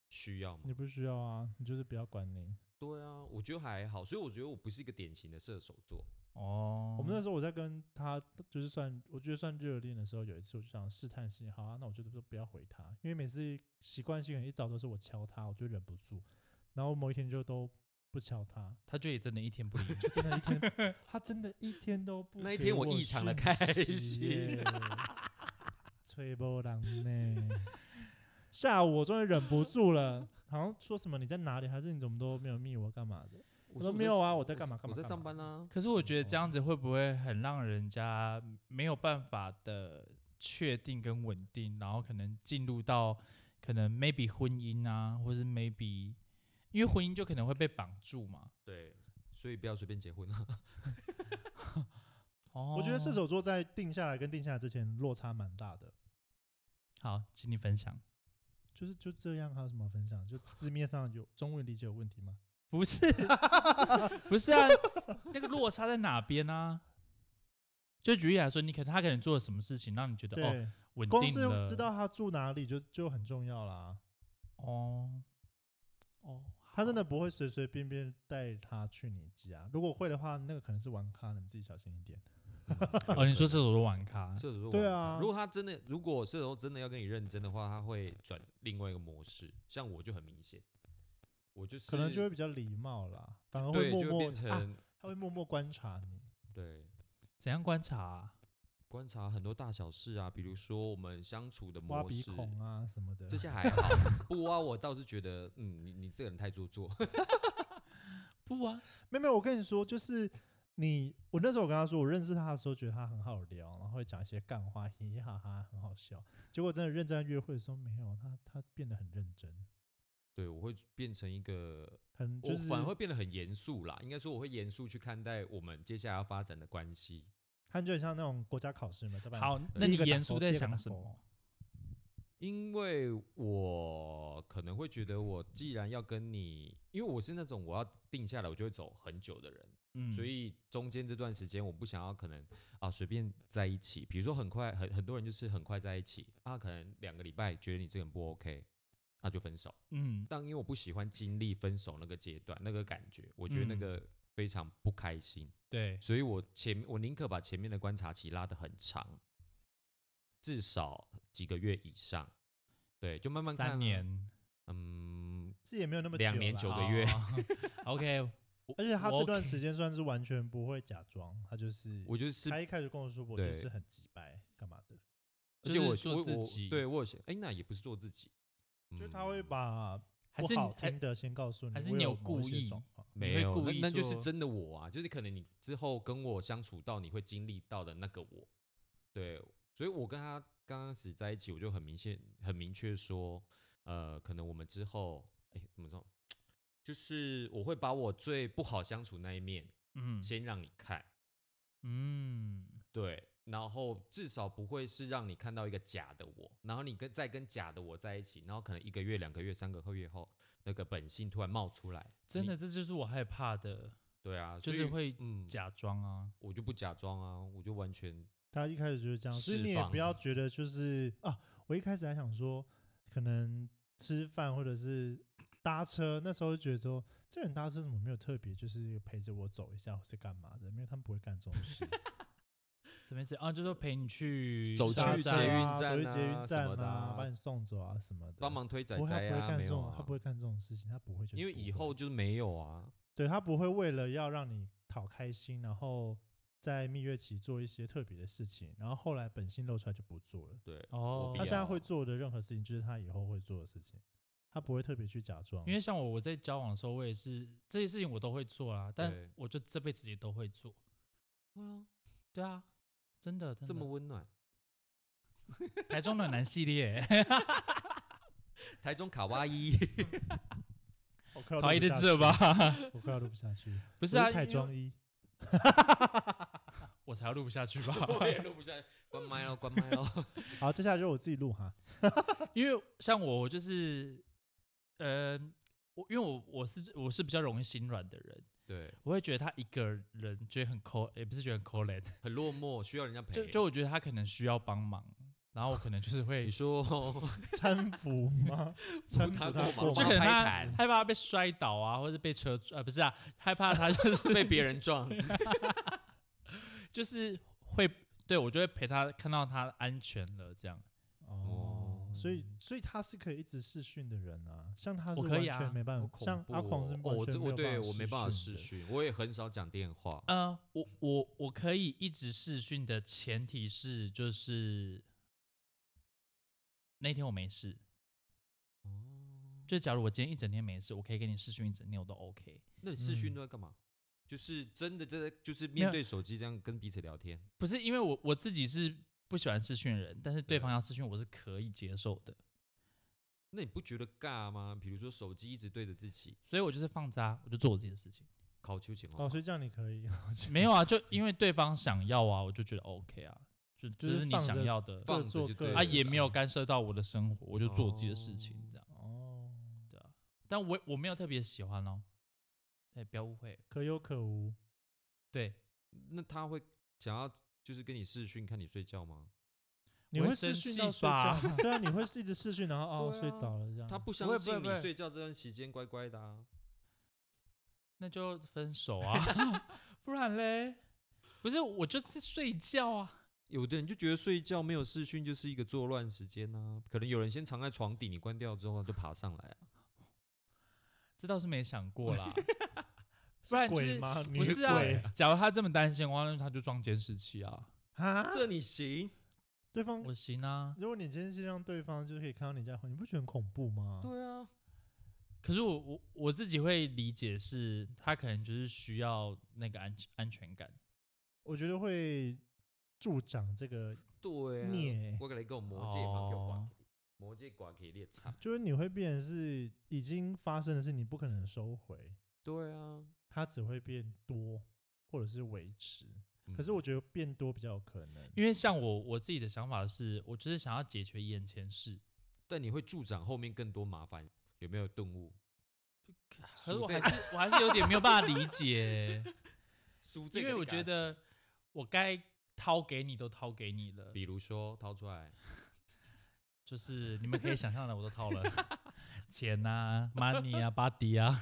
C: 需要吗
B: 你？不需要啊，你就是不要管你。
C: 对啊，我觉得还好，所以我觉得我不是一个典型的射手座。
A: 哦，
B: 我们那时候我在跟她，就是算我觉得算热恋的时候，有一次我就想试探性，好啊，那我就说不要回她，因为每次习惯性一早都是我敲她，我就忍不住，然后某一天就都不敲她，
A: 他就也真的一天不理你。
B: 就真的一天，她真的一天都不。
C: 那一天我
B: 我
C: 异常地
B: 讯
C: 开
B: 息
C: 心
B: 耶吹波浪呢。下午我终于忍不住了，好像说什么你在哪里，还是你怎么都没有密我干嘛的？
C: 我
B: 我
C: 说
B: 说没有啊我在
C: 我
B: 干嘛干
C: 我
B: 嘛
C: 在
B: 干
C: 上
B: 嘛
C: 班啊。
A: 可是我
B: 哦
A: 觉得这样子会不会很让人家没有办法的确定跟稳定，然后可能进入到可能 maybe 婚姻啊，或是 maybe 因为婚姻就可能会被绑住嘛。
C: 对，所以不要随便结婚啊。
A: 哦，
B: 我觉得射手座在定下来跟定下来之前落差蛮大的，
A: 好，请你分享。
B: 就是就这样，还有什么分享？就字面上有中文理解有问题吗？
A: 不 是，不是啊，那个落差在哪边啊？就举例来说，你可他可能做了什么事情让你觉得哦
B: 对，
A: 稳
B: 光
A: 定
B: 是
A: 了，
B: 知道他住哪里就就很重要啦。
A: 哦哦，
B: 他真的不会随随便便带他去你家，如果会的话，那个可能是玩咖，你们自己小心一点。
A: 哦，你说射手座 玩咖，
C: 射手座
B: 对
C: 玩咖
B: 啊
C: 如果他真的，如果射手座真的要跟你认真的话，他会转另外一个模式。像我就很明显，我就是
B: 可能就会比较礼貌啦，反而会
C: 对，
B: 默
C: 就会
B: 默
C: 变
B: 啊，
C: 成、
B: 他会默默观察你。
C: 对。
A: 怎样观察啊、
C: 观察很多大小事啊，比如说我们相处的
B: 挖
C: 模
B: 鼻
C: 式，
B: 孔啊什么的。
C: 这些还好。不挖我倒是觉得，嗯，你你这个人太做作。
A: 不啊，
B: 没有没有，我跟你说，就是你，我那时候我跟他说，我认识他的时候觉得他很好聊，然后会讲一些干话，嘻嘻哈哈，很好笑。结果真的认真约会的时候，没有他，他变得很认真，
C: 对，我会变成一个，
B: 很就
C: 我
B: 是
C: 反而会变得很严肃啦。应该说我会严肃去看待我们接下来要发展的关系。
B: 他就很像那种国家考试嘛，在办
A: 好，那
B: 第
A: 你
B: 一个打
A: 严肃
B: 勾第
A: 在
B: 二个
A: 想
B: 打
A: 什
B: 勾
A: 么？
C: 因为我可能会觉得，我既然要跟你，因为我是那种我要定下来我就会走很久的人，
A: 嗯，
C: 所以中间这段时间我不想要可能啊随便在一起，比如说很快很很多人就是很快在一起啊，可能两个礼拜觉得你这个人不 OK，那就分手。
A: 嗯，
C: 但因为我不喜欢经历分手那个阶段那个感觉，我觉得那
A: 嗯
C: 个非常不开心，
A: 对，
C: 所以我前我宁可把前面的观察期拉得很长，至少几个月以上。对，就慢慢看、啊
A: 三，年
C: 嗯，
B: 这也没有那么
C: 两
B: 久
C: 年
B: 啦
C: 九个月
A: 好 OK，我
B: 而且他
A: 我
B: 这段
A: OK
B: 时间算是完全不会假装，他就是
C: 我就是
B: 他一开始跟我说，我
C: 对
B: 就是很直白，干嘛的？
C: 而
A: 就
C: 且
A: 是
C: 我
A: 做
C: 我
A: 自
C: 我
A: 己
C: 对我有些哎、那也不是做自己，
B: 就是他会
C: 嗯
B: 把
A: 还
B: 不
A: 是你
B: 好
A: 还
B: 听的先告诉你，
A: 还是
B: 我
A: 你有
B: 某一
A: 故
B: 些
A: 意
B: 状况
A: 你
C: 没
A: 会
C: 有，
A: 故
C: 那
A: 意
C: 那就是
A: 做
C: 真的我啊，就是可能你之后跟我相处到你会经历到的那个我，对，所以我跟他刚开始在一起，我就很明显、很明确说，呃，可能我们之后，哎，怎么说，就是我会把我最不好相处那一面
A: 嗯
C: 先让你看，
A: 嗯
C: 对，然后至少不会是让你看到一个假的我，然后你跟再跟假的我在一起，然后可能一个月、两个月、三个月后，那个本性突然冒出来，
A: 真
C: 你
A: 的，这就是我害怕的，
C: 对啊，
A: 就
C: 所
A: 是
C: 以
A: 会
C: 嗯
A: 假装啊。
C: 我就不假装啊，我就完全
B: 他一开始就是这样，所以
C: 释
B: 你也
C: 放
B: 不要觉得就是啊，我一开始还想说，可能吃饭或者是搭车，那时候就觉得说，这人搭车怎么没有特别，就是陪着我走一下或是干嘛的，因为他们不会干这种事。
A: 什么意思啊？就说陪你去
C: 走去
A: 搭
B: 搭
C: 捷
B: 站
A: 站
C: 运
B: 啊
C: 站
B: 走去捷
C: 啊
B: 运
C: 什
B: 站
C: 么的
B: 啊
C: 啊，
B: 把你送走啊什么的，
C: 帮忙推仔
B: 不会，他
C: 仔
B: 不会
C: 啊，
B: 干
C: 没
B: 这
C: 有
B: 种，他
C: 啊
B: 不，会干这种事情，他不会就是不会，
C: 因为以后就是没有啊，
B: 对他不会为了要让你讨开心，然后在蜜月期做一些特别的事情，然后后来本性露出来就不做了。
C: 对，
A: 哦
C: 我必
B: 他现在
C: 要啊
B: 会做的任何事情，就是他以后会做的事情，他不会特别去假装。
A: 因为像我，我在交往的时候，我也是这些事情我都会做啦，但
C: 对
A: 我就这辈子也都会做。
C: 对啊
A: 对啊，真的，真
C: 这
A: 的
C: 么温暖。
A: 台中暖男系列，
C: 台中卡哇 伊，
B: 我快要
A: 讨
B: 录
A: 厌
B: 不
A: 的
B: 下
A: 这
B: 去
A: 吧？
B: 了， 我快要录不下 去了。
A: 不
B: 不
A: 是啊，
B: 彩
A: 因为
B: 妆衣，
A: 我才要录不下 去吧？
C: 我也录不下来，关麦喽，关麦喽。
B: 好，接下来就我自己 录哈。
A: 因为像我，我就是，呃，我因为我我是我是比较容易心软的人，
C: 对，
A: 我会觉得他一个人觉得很抠，也不是觉得很抠脸，
C: 很落寞，需要人家陪。
A: 就就我觉得他可能需要帮忙，然后我可能就是会
C: 你，说
B: 搀扶吗？搀
C: 他
B: 扶
C: 过马
B: 过
C: 路
A: 就
C: 帮他？
B: 吗
A: 可
C: 拍
A: 能他
C: 坛
A: 害怕被摔倒啊，或者被车呃不是啊，害怕他就是
C: 被别人 撞，
A: 就是会对我就会陪他看到他安全了这样。
B: 哦，所以所以他是可以一直试训的人啊，像他是
A: 我可
B: 完
A: 以啊
B: 全没办
C: 好
B: 法，
C: 恐
B: 像
C: 怖
B: 阿狂是
C: 哦
B: 完
C: 哦我
B: 全
C: 这我
B: 有
C: 对我没办法视
B: 试训的。啊
C: 讯，我也很少讲电话。
A: 呃，我我我可以一直试训的前提是，就是那天我没事。就假如我今天一整天没事，我可以跟你试训一整天，我都 OK。
C: 那你视讯
B: 嗯
C: 都在干嘛？就是真的，真的就是
A: 没
C: 面
A: 有
C: 对手机这样跟彼此聊天。
A: 不是因为我我自己是不喜欢试训的人，但是对
C: 对
A: 方要试训，我是可以接受的。
C: 那你不觉得尬吗？比如说手机一直对着自己，
A: 所以我就是放渣，我就做我自己的事情。
C: 考秋情
B: 哦，
C: 况，
B: 所以这样你可以
A: 没有 啊，就因为对方想要啊，我就觉得 OK 啊，就
B: 就
A: 这
B: 是
A: 你
B: 放
A: 想
B: 着
A: 要的
C: 放
B: 各
C: 着
B: 做
C: 就
B: 各
C: 对
B: 的
A: 啊，
C: 着
A: 也
B: 事
A: 没有干涉到我的生活，我就做我自己的事情
C: 哦
A: 这样。
B: 情哦，
A: 对啊，但我我没有特别喜欢哦。哎，不要误会，
B: 可有可无。
A: 对，
C: 那他会想要就是跟你视讯看你睡觉
A: 嗯
C: 吗？
B: 你
A: 我会
B: 会试
A: 生
B: 训
A: 气
B: 到睡
A: 吧
B: 觉吗？ 对啊，你会一直试训，然后哦
C: 对啊
B: 睡着了这样。
C: 他不
A: 不
C: 相
A: 会不会
C: 信
A: 不
C: 你
A: 会
C: 睡觉这段时间乖乖的啊。
A: 那就分手啊， 不然嘞，不是我就是睡觉啊，
C: 有的人就觉得睡觉没有视讯就是一个作乱时间啊，可能有人先藏在床底，你关掉之后他就爬上来啊。
A: 这倒是没想过 啦，不
B: 是
A: 然就
B: 鬼
A: 是
B: 吗？你
A: 不是啊
B: 鬼 啊？？
A: 假如他这么担心的话，那他就装监视器啊，
B: 啊
C: 这你行？
B: 对方，
A: 我行啊。
B: 如果你今天是让对方就是可以看到你家伙，你不觉得很恐怖吗？
C: 对啊，
A: 可是我我我自己会理解是，他可能就是需要那个安安全感。
B: 我觉得会助长这个
C: 对啊。
B: 孽，
C: 我给你个魔戒嘛，给我刮
A: 哦
C: 起来魔戒刮可以猎惨。
B: 就是你会变成是已经发生的事，你不可能收回，
C: 对啊，
B: 它只会变多或者是维持。可是
C: 嗯
B: 我觉得变多比较有可能，
A: 因为像我我自己的想法是，我就是想要解决眼前事，
C: 但你会助长后面更多麻烦，有没有顿悟？
A: 可是
C: 属
A: 我
C: 这
A: 还是我还是有点没有办法理解，
C: 输这
A: 因
C: 个
A: 为
C: 你
A: 我
C: 嘎
A: 觉
C: 起，
A: 得我该掏给你都掏给你了，
C: 比如说掏出来，
A: 就是你们可以想象的我都掏了，钱啊、money 啊、body 啊，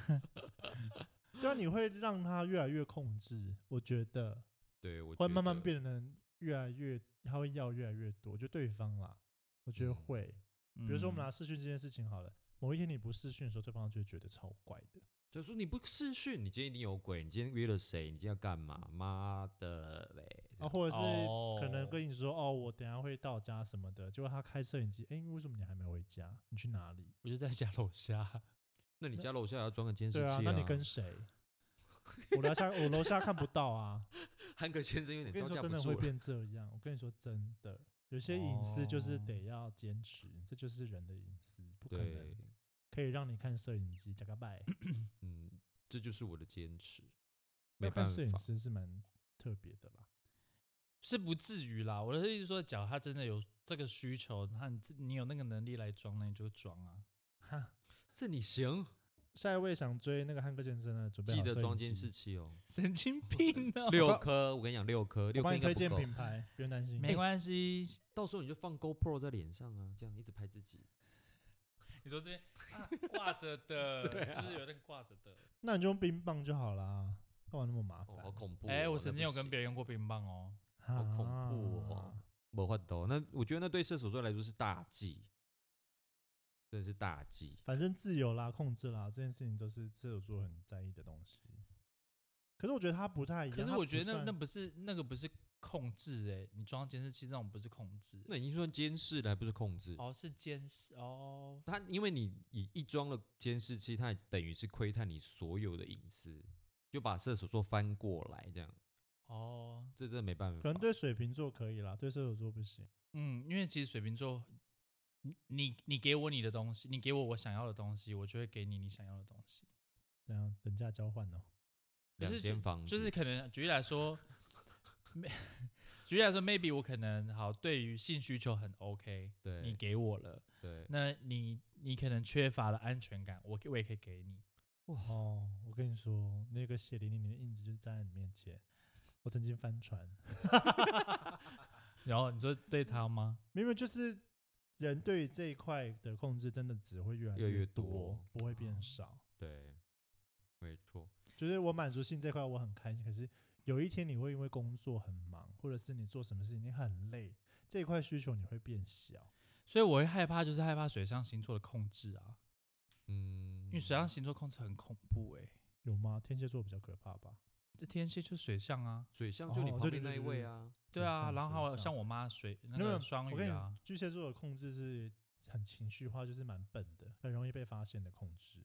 B: 对啊，你会让它越来越控制，我觉得
C: 对我
B: 会
C: 觉
B: 慢慢
C: 得
B: 变得越来越，他会要越来越多，就对方啦，我觉得
C: 嗯
B: 会。
A: 比
B: 比如说我
A: 嗯
B: 们拿视讯这件事情好了，某一天你不视讯的时候，对方就会觉得超怪的。
C: 就说你不视讯，你今天一定有鬼，你今天约了谁？你今天要干嘛？妈的嘞！这
B: 啊，
C: 样
B: 或者是可能
A: 哦
B: 跟你说哦，我等一下会到家什么的，结果他开摄影机，哎，为什么你还没回家？你去哪里？
A: 我就在家楼下，
C: 那你家楼下要装个监视
B: 对啊
C: 器啊
B: 啊，那你跟谁？我楼下我楼下看不到啊。
C: 汉克先生有点
B: 我跟
C: 招
B: 你说，
C: 架
B: 真
C: 不
B: 的
C: 住
B: 会
C: 了。
B: 变这样。我跟你说真的，有些隐私就是
A: 哦
B: 得要坚持，这就是人的隐私，不可
C: 对
B: 能，可以让你看摄影机加 个拜。
C: 嗯，这就是我的坚持，没
B: 要看
C: 办
B: 摄影
C: 法。
B: 师是蛮特别的啦。
A: 是不至于啦。我的意思说，假如他真的有这个需求，那你你有那个能力来装，那你就装啊。
B: 哈，
C: 这你行，
B: 下一位想追那个汉克先生呢，准备
C: 记
B: 好
C: 得
B: 摄影
C: 装监
B: 机啊
C: 视器哦。
A: 神经病哦！
C: 六颗，我跟你讲，六颗，
B: 我
C: 六颗
B: 帮
C: 应
B: 你
C: 该
B: 推
C: 不
B: 荐
C: 够。
B: 品牌，不用担心。
A: 没关系，
C: 到时候你就放 GoPro 在脸上啊，这样一直拍自己。
A: 你说这边啊挂着 的，
C: 对啊
A: 是不是有那个挂着的？
B: 那你就用冰棒就好啦，干嘛那么麻
C: 哦
B: 烦，？
C: 好恐怖哦！
A: 哎、我
C: 那
A: 曾
C: 不
A: 经有跟
C: 行
A: 别人用过冰棒哦。
B: 好
C: 恐怖
B: 啊
C: 哦！没法度。那我觉得那对射手座来说是大忌，真的是大忌。
B: 反正自由啦、控制啦，这件事情都是射手座很在意的东西。可是我觉得他不太一样，
A: 可是
B: 他
A: 我
B: 不
A: 觉得那
B: 算
A: 那不是那个不是控制哎、你装监视器这种不是控制，
C: 那已经算监视了，还不是控制？
A: 哦是监视哦。
C: 他因为你一一装了监视器，他也等于是窥探你所有的隐私，就把射手座翻过来这样，
A: 哦，
C: 这真的没办法。
B: 可能对水瓶座可以啦，对射手座不行。
A: 嗯，因为其实水瓶座，你你你给我你的东西，你给我我想要的东西，我就会给你你想要的东西。
B: 这样等价交换哦、
A: 不
C: 两
A: 是
C: 间房
A: 就是
C: 子
A: 可能举例来说，举例来说，maybe 我可能好对于性需求很 OK，你
C: 对
A: 给我了，
C: 对，
A: 那你你可能缺乏了安全感，我我也可以给你。
B: 哦，我跟你说，那个血淋淋的印子就站在你面前。我曾经翻船，
A: 然后你说对他吗？
B: 明明就是人对于这一块的控制，真的只会越来
C: 越来越
B: 多，
C: 多
B: 不会
A: 啊
B: 变少。
C: 对，没错，
B: 就是我满足性这块我很开心，可是有一天你会因为工作很忙，或者是你做什么事情你很累，这一块需求你会变小。
A: 所以我会害怕，就是害怕水象星座的控制啊，
C: 嗯，
A: 因为水象星座控制很恐怖诶、
B: 有吗？天蝎座比较可怕吧？
A: 这天蝎就是水象啊，
C: 水象就你
B: 哦
C: 旁
B: 对
C: 边
B: 对
C: 那
B: 对
C: 一
B: 对
C: 位
B: 对
C: 啊，
A: 对啊，
B: 水
A: 然后还有
B: 象
A: 像我妈水那
B: 没有
A: 个双
B: 我跟
A: 鱼
B: 你
A: 啊，
B: 巨蟹座的控制是很情绪化，就是蛮笨的，很容易被发现的控制。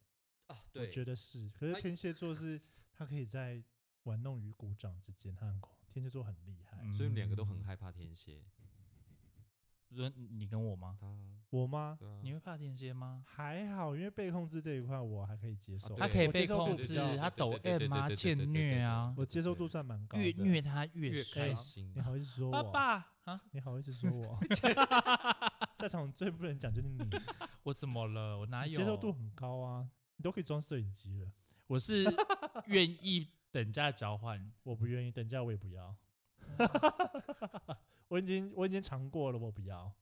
C: 啊，
B: 我
C: 对，
B: 觉得是。可是
C: 他
B: 天蝎座是，他可以在玩弄于股掌之间，他很恐天蝎座很厉害。
C: 所以你们两个都很
A: 嗯
C: 害怕天蝎，
A: 轮你跟我吗？
C: 他
B: 我吗？
C: 对啊
A: 你，会怕天蝎吗？
B: 还好，因为被控制这一块我还可以接受，
C: 啊对
A: 啊他可以
B: 我
A: 被
B: 接受度
A: 控
B: 比
A: 制
B: 较，
A: 他抖 M 啊，欠虐啊，
B: 我接受度算蛮高的。
A: 越虐他越
C: 越开
A: 爽。
C: 心
B: 你，好意思说
A: 爸
B: 我？
A: 爸啊，
B: 你好意思说 我？在场最不能讲就是你，
A: 我怎么了？我哪
B: 你
A: 有？
B: 接受度很高啊，你都可以装摄影机了。
A: 我是 愿意等价交换。
B: 我不愿意，等价我也不要。 我已经我已经尝过了，我不要。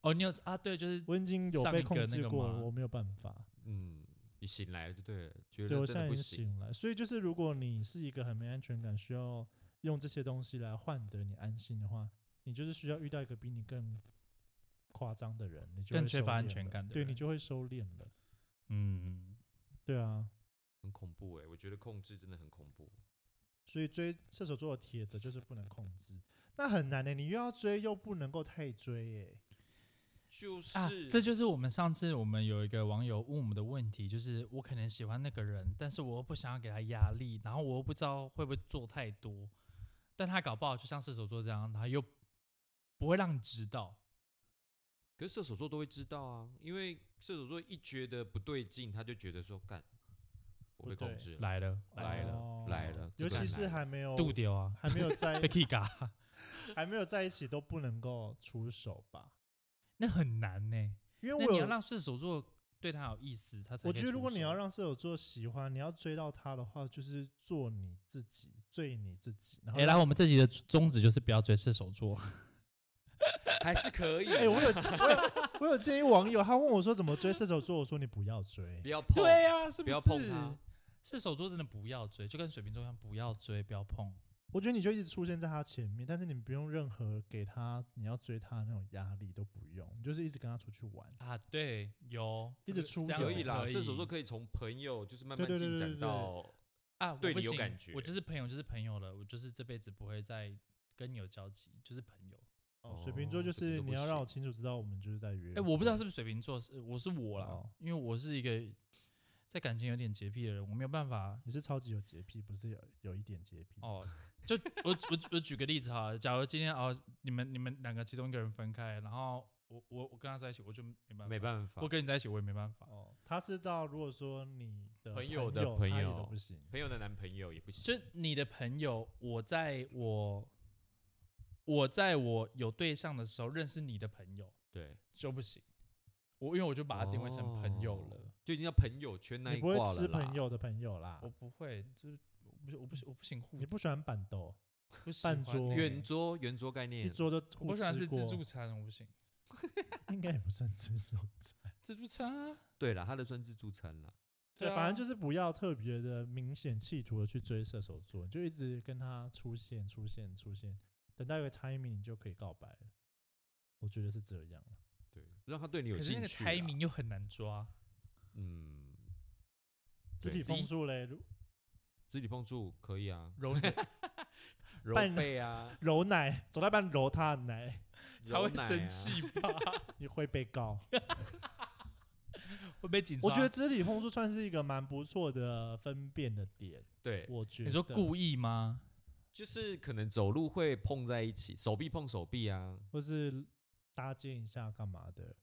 A: 哦，你有啊？对，就是
B: 我已经有
A: 上
B: 被
A: 一个
B: 控
A: 那
B: 制
A: 个
B: 过
A: 吗
B: 了，我没有办法。
C: 嗯，你醒来了就对了，觉
B: 对
C: 得
B: 我
C: 真
B: 现在
C: 的不
B: 已经
C: 行，
B: 醒了，所以就是如果你是一个很没安全感，需要用这些东西来换得你安心的话，你就是需要遇到一个比你更夸张的人，你就
A: 更
B: 会
A: 缺
B: 收
A: 乏安
B: 敛
A: 全
B: 了
A: 感的
B: 对你
A: 人
B: 就会收敛了。
A: 嗯，
B: 对啊，
C: 很恐怖哎、我觉得控制真的很恐怖。
B: 所以追射手座的铁则就是不能控制，那很难的、欸你又要追又不能够太追、欸耶。
C: 就是、
A: 啊，这就是我们上次我们有一个网友问我们的问题，就是我可能喜欢那个人，但是我又不想要给他压力，然后我又不知道会不会做太多，但他搞不好就像射手座这样，他又不会让你知道。
C: 可是射手座都会知道啊，因为射手座一觉得不对劲，他就觉得说干，我被
B: 不对
C: 控制了，
A: 来了，
C: 来了
B: 哦
C: 来了这
B: 尤
C: 段来
B: 其是
C: 了
B: 还没有
A: 度丢啊，
B: 还没有在
A: 被 K 嘎，
B: 还没有在一起都不能够出手吧？
A: 那很难呢、
B: 因为
A: 那
B: 我
A: 你
B: 有
A: 要让射手座对他有意思，他才
B: 我
A: 可以
B: 觉得如
A: 出
B: 果你
A: 手
B: 要让射手座喜欢，你要追到他的话，就是做你自己，追你自己。然后
A: 哎、然
B: 让，
A: 后我们这集的宗旨就是不要追射手座。
C: 还是可以啦。
B: 哎、我有我有 我有建议网友，他问我说怎么追射手座，我说你不要追
C: 不。要碰，
A: 对呀、是
C: 不要碰他。
A: 射手座真的不要追，就跟水瓶座一样，不要追，不要碰。
B: 我觉得你就一直出现在他前面，但是你不用任何给他你要追他的那种压力都不用，你就是一直跟他出去玩。
A: 啊，对，有
B: 一直
A: 这个
B: 出
A: 这样
B: 游
C: 可
A: 子
C: 以啦。
A: 可以
C: 射手座可以从朋友就是慢
B: 对
C: 慢
B: 对对
C: 进
B: 对
C: 展
B: 对对
C: 到
A: 啊，我
C: 对
A: 不
C: 你有
A: 行
C: 感觉
A: 我就是朋友，就是朋友了，我就是这辈子不会再跟你有交集，就是朋友。
B: 哦，水瓶座
C: 哦
B: 就
C: 水瓶
B: 是
C: 座
B: 你
C: 不
B: 要让我
C: 行
A: 哎
B: 清楚知道我们就是在约。
A: 哎、我不知道是不是水瓶座，是我是我啦，
B: 哦
A: 因为我是一个在感情有点洁癖的人，我没有办法
B: 你是超级有洁癖，不是有有一点洁癖？
C: 嗯
A: 哦。就我我我举个例子哈，假如今天哦，你们你们两个其中一个人分开，然后我我我跟他在一起，我就没办法，
C: 没办法
A: 我。跟你在一起我也没办法。
B: 哦，他是到如果说你的
C: 朋友
B: 友
C: 的
B: 朋
C: 朋友
B: 都不行，
C: 朋友的男朋友也不行，
A: 就你的朋友，我在我我在我有对象的时候认识你的朋友
C: 对，
A: 就不行，我因为我就把他定位成朋友了，
C: 哦就已经叫朋友圈那
B: 你
C: 一
B: 不
C: 挂
B: 会
C: 了啦。
B: 吃朋友的朋友啦
A: 我，不会，就是我不是我不是我不行互
B: 你不喜欢板豆，
A: 不喜
B: 饭
A: 欢
B: 桌
A: 欸
C: 圆桌圆桌概
B: 一
C: 念，
B: 桌都
A: 我不
B: 互
A: 喜欢吃
B: 吃
A: 自助
B: 过，
A: 餐，我不行
B: 应该也不算自助 餐。
A: 自助餐啊，
C: 对啦，他的算自助餐啦。
B: 对，
A: 啊，
B: 反正就是不要特别的明显企图的去追射手座，你就一直跟他出现、出现、出现，等到一个 timing 你就可以告白了。我觉得是这样。啊
C: 对，让他对你有
A: 可
C: 兴
A: 是
C: 趣
A: 那
C: 啦。
A: 个 timing 又很难抓，
C: 嗯，
B: 肢体
C: 对
B: 碰触嘞，如
C: 肢体碰触可以 啊，
A: 揉你的
C: 揉
B: 半
C: 背 啊，
B: 揉奶，走到一半揉他的奶，
A: 他
C: 揉
A: 会
C: 奶
A: 生
C: 啊。
A: 气吧？
B: 你会被告。
A: 会被警察？
B: 我觉得肢体碰触算是一个蛮不错的分辨的点，
C: 对，
B: 我觉得。
A: 你说故意吗？
C: 就是可能走路会碰在一起，手臂碰手臂啊。
B: 或是搭建一下干嘛的？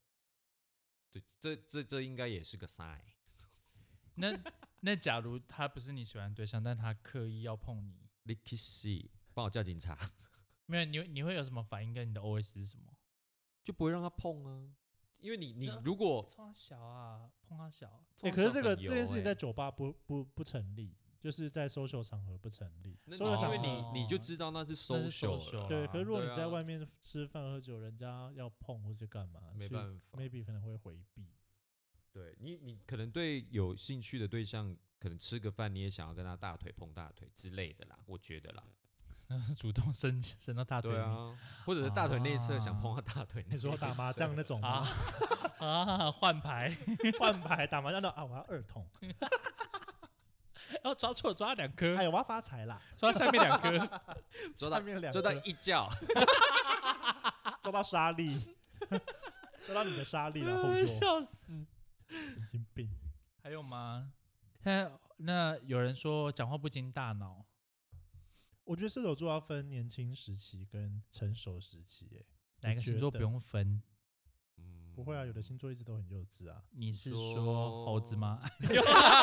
C: 对，这这这应该也是个 sign。
A: 那 那假如他不是你喜欢的对象，但他刻意要碰你，
C: l i k i s y 帮我叫警察，
A: 没有你你会有什么反应？跟你的 OS 是什么？
C: 就不会让他碰啊。因为你你
A: 那
C: 如果
A: 冲他小啊，碰他小，
B: 哎、可是这个
C: 冲小很
B: 这件事情
C: 油欸
B: 在酒吧不不不成立，就是在 social 场合不成立。
C: 那
B: social
A: 哦
B: 场
C: 你欸
B: 合
C: 因为你你就知道那是
A: 那是
C: social 了
A: social
C: 啦
B: 对，可是如果你
C: 对啊
B: 在外面吃饭喝酒，人家要碰或是干嘛，
C: 没
B: 所以
C: 办法。
B: ，maybe 可能会回 避。
C: 对你你可能对有兴趣的对象，可能吃个饭你也想要跟他大腿碰大腿之类的啦，我觉得啦。
A: 主动伸伸到大腿
C: 对
A: 里
C: 啊，或者是大腿内侧想碰
A: 啊
C: 他大 腿内侧。
B: 你哦说打麻将 那种
A: 啊
B: 吗
A: 啊， 换牌，
B: 换牌打麻将的啊，我要二筒，
A: 哦，抓错了，抓两颗
B: 哎，呀，我要发 财啦！
A: 抓下面两 颗，
C: 抓
B: 下
C: 到
B: 面两
C: 抓到
B: 个
C: 一 觉，
B: 抓到沙粒， 抓到你的沙粒了，后座
A: 哎笑死。
B: 神经病。
A: 还有吗？现在那有人说讲话不经大脑，
B: 我觉得射手座要分年轻时期跟成熟时期、欸，
A: 哪个
B: 觉
A: 星座
B: 得
A: 不用分？
C: 嗯
B: 不会啊，有的星座一直都很幼稚啊。
A: 你是
C: 说
A: 说猴子吗？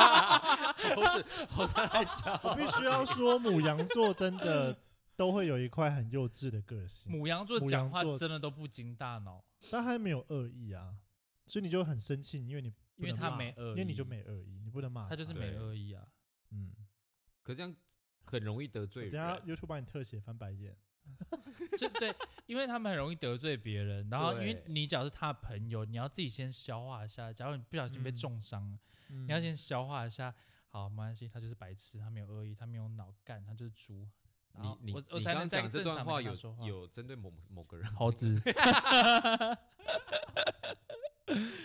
C: 猴子猴子来叫，
B: 我必须要说，母羊座真的都会有一块很幼稚的个性，
A: 母羊座
B: 母
A: 讲
B: 羊
A: 话
B: 座
A: 真的都不经大脑，
B: 但他没有恶意啊，所以你就很生气，因为你不
A: 因为
B: 能
A: 他
B: 骂
A: 没恶
B: 因为你
A: 意
B: 就没恶意，你不能骂
A: 他就是没
C: 对
A: 恶意啊。
B: 嗯。
C: 可这样很容易得
B: 我
C: 罪
B: 等一下
C: 人。
B: YouTube 把你特写翻白眼，
A: 就对，因为他们很容易得罪别人，然后因为
C: 对
A: 你假如是他的朋友，你要自己先消化一下。假如你不小心被
B: 嗯
A: 重伤了，
B: 你
A: 你要先消化一下。好，没关系，他就是白痴，他没有恶意，他没有脑干，他就是猪。然后
C: 你你
A: 我我
C: 你
A: 才
C: 刚刚
A: 能在
C: 讲这
A: 正常
C: 段
A: 地
C: 话
A: 跟他
C: 有
A: 说话。
C: 有针对某某个人，
A: 猴子，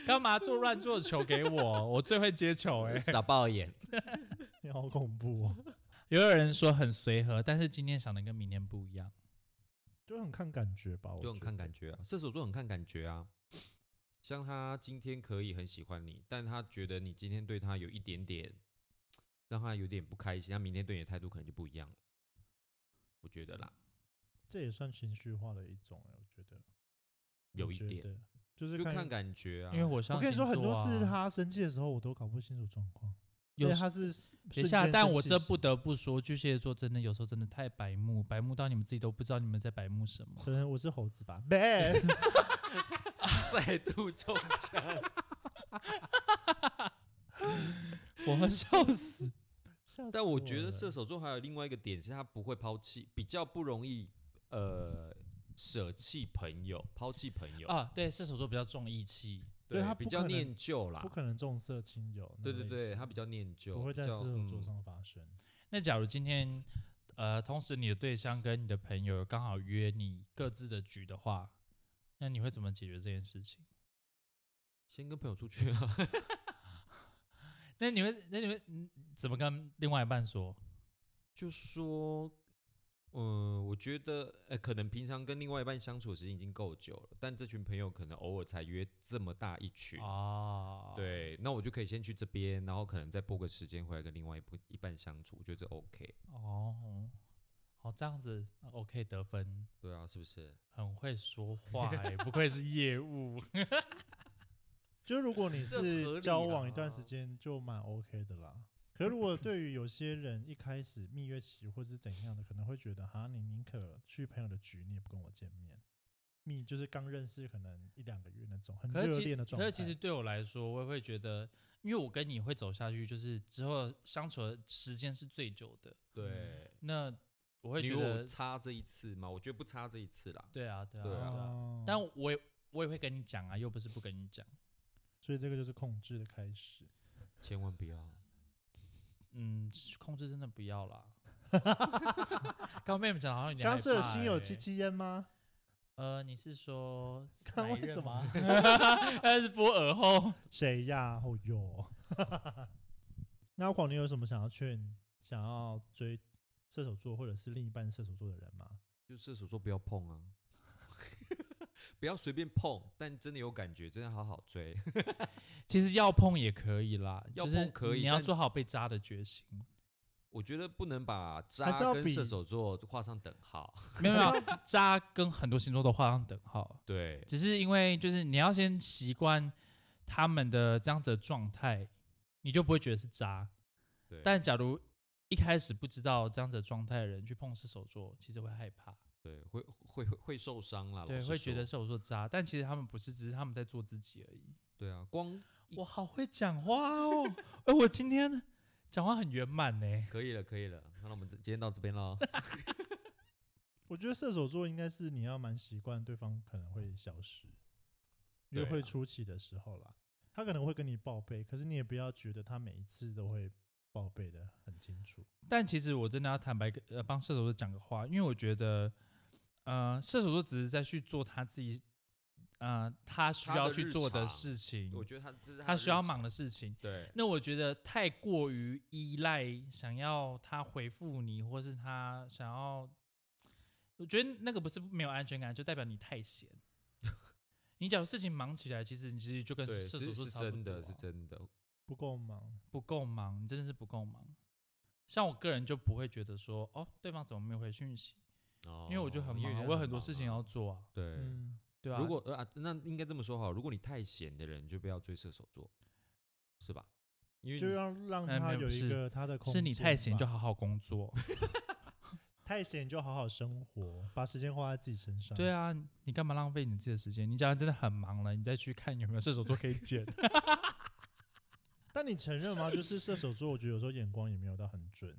A: 干嘛做乱做球给我？我最会 接球哎、
C: 傻爆眼，
B: 你好恐怖哦，
A: 也有人说很随和，但是今天想的跟明天不一样。
B: 就很看感觉吧，我
C: 就很
B: 觉
C: 看
B: 得
C: 感觉啊。射手座很看感觉啊。像他今天可以很喜欢你，但他觉得你今天对他有一点点，让他有点不开心，他明天对你的态度可能就不一样了。我觉得啦，
B: 这也算情绪化的一种哎、我觉得
C: 有
B: 我
C: 一
B: 觉
C: 点，
B: 得就是
C: 就看
B: 看。
C: 感觉啊。
A: 因为我相
B: 我
A: 信、
B: 跟你说，很
A: 啊
B: 多事他生气的时候，我都搞不清楚状况，因
A: 有
B: 为
A: 时
B: 他是
A: 等
B: 等
A: 一下，但我这不得不说，巨蟹座真的有时候真的太白目，白目到你们自己都不知道你们在白目什么。
B: 可能我是猴子吧，没
C: 再度 中枪，
A: 我会 笑死。
B: 吓 死
C: 但我觉得
B: 了
C: 射手座还有另外一个点是，他不会抛弃，比较不容易呃舍弃朋友，抛弃朋友，
A: 啊，对，射手座比较重义气，
B: 哦对
C: 对
B: 他
C: 比
B: 不
C: 较
B: 可能
C: 念旧啦
B: 不。可能重色轻友。那
C: 对对
B: 类
C: 对，
B: 型
C: 他比较念旧，
B: 不会在
C: 比
B: 射
C: 较
B: 手座
C: 嗯
B: 上发生。
A: 那假如今天，呃，同时你的对象跟你的朋友刚好约你各自的局的话，那你会怎么解决这件事情？
C: 先跟朋友出去啊，
A: 那你会，那你会嗯怎么跟另外一半说？
C: 就说嗯，我觉得，呃，可能平常跟另外一半相处的时间已经够久了，但这群朋友可能偶尔才约这么大一群。
A: 啊，，
C: 对，那我就可以先去这边，然后可能再拨个时间回来跟另外一部一半相处，我觉得这 OK。
A: 哦，好，这样子 OK 得分，
C: 对啊，是不是？
A: 很会说话哎、不愧是业务。
B: 就如果你
C: 这合
B: 是
C: 理
B: 交往一
C: 啦
B: 段时间，就蛮 OK 的啦。可是如果对于有些人一开始蜜月期或是怎样的，可能会觉得哈，你宁可去朋友的局，你也不跟我见面。蜜就是刚认识，可能一两个月那种很
A: 可
B: 热
A: 是其
B: 恋的状
A: 可
B: 态。
A: 是其实对我来说，我也会觉得，因为我跟你会走下去，就是之后相处的时间是最久的。
C: 对，
A: 那我会
C: 你
A: 觉
C: 如
A: 得
C: 果，差这一次嘛，我觉得不差这一次啦。
A: 对啊，对啊，
C: 对啊
B: 哦
A: 但我也我也会跟你讲啊，又不是不跟你讲。
B: 所以这个就是控制的开始。
C: 千万不要。
A: 嗯，控制真的不要 啦。刚妹妹讲好像有点
B: 刚
A: 害
B: 是有
A: 怕
B: 心有
A: 欸
B: 戚。戚焉吗？
A: 呃，你是说
B: 刚
A: 哪一
B: 为
A: 任
B: 什么
A: 吗？ 还是播耳后？
B: 谁呀？哦哟， 那黄，你有什么想要劝想要追射手座或者是另一半射手座的人吗？
C: 就射手座不要碰 啊，不要随便碰，但真的有感觉，真的好好追。
A: 其实要碰也可以啦，
C: 要
A: 就是
C: 碰可以
A: 你要
C: 但
A: 做好被扎的决心。
C: 我觉得不能把
B: 还是
C: 渣
B: 要
C: 跟
B: 比
C: 射手座画上等号。
A: 没有没有，渣跟很多星座都画上等号，
C: 对，
A: 只是因为就是你要先习惯他们的这样子的状态，你就不会觉得是渣。
C: 对
A: 但假如一开始不知道这样子的状态的人去碰射手座，其实会害怕，
C: 对会会会会受伤啦。
A: 对，
C: 老实
A: 会觉
C: 说
A: 得射手座渣，但其实他们不是，只是他们在做自己而已。
C: 对啊，光
A: 我好会讲话哦， 哎，我今天讲话很圆满呢、
C: 可以了，可以了。那我们今天到这边 喽。
B: 我觉得射手座应该是你要蛮习惯对方可能会消失，
C: 对
B: 约
C: 啊
B: 会初期的时候
A: 啊
B: 啦，他可能会跟你报备，可是你也不要觉得他每一次都会报备的很清楚。
A: 但其实我真的要坦白跟呃帮射手座讲个话，因为我觉得，呃，射手座只是在去做他自己，呃，他需
C: 他
A: 要
C: 的
A: 去
C: 日
A: 做的
C: 常
A: 事情，
C: 我觉得他这是
A: 他
C: 的
A: 需要
C: 日
A: 忙
C: 常
A: 的事情。
C: 对
A: 那我觉得太过于依赖，想要他回复你，或是他想要，我觉得那个不是没有安全感，就代表你太闲。 你假如事情忙起来，其实你其实就跟
C: 对，
A: 射手
C: 是
A: 座
C: 是
A: 差不多、啊
C: 真的，是真的。
B: 不够忙，
A: 不够忙，你真的是不够忙。像我个人就不会觉得说，哦，对方怎么没有回讯息？
C: 哦
A: 因为我就很
C: 因
A: 忙
C: 为
A: 啊，
C: 人
A: 我有很多
C: 忙
A: 事情
C: 啊
A: 要做啊，
C: 对。
B: 嗯，
A: 对啊。
C: 如果呃啊，那应该这么说好，如果你太闲的人，就不要追射手座，是吧？因为
B: 就
C: 你
B: 让让
A: 哎
B: 他
A: 没有
B: 有
A: 不是
B: 一个他的空间
A: 是
B: 吧。
A: 你太闲，就好好工作。
B: 太闲就好好生活，把时间花在自己身上。
A: 对啊，你干嘛浪费你自己的时间？你假如真的很忙了，你再去看有没有射 手座可以剪。
B: 但你承认吗？就是射手座，我觉得有时候眼光也没有到很准。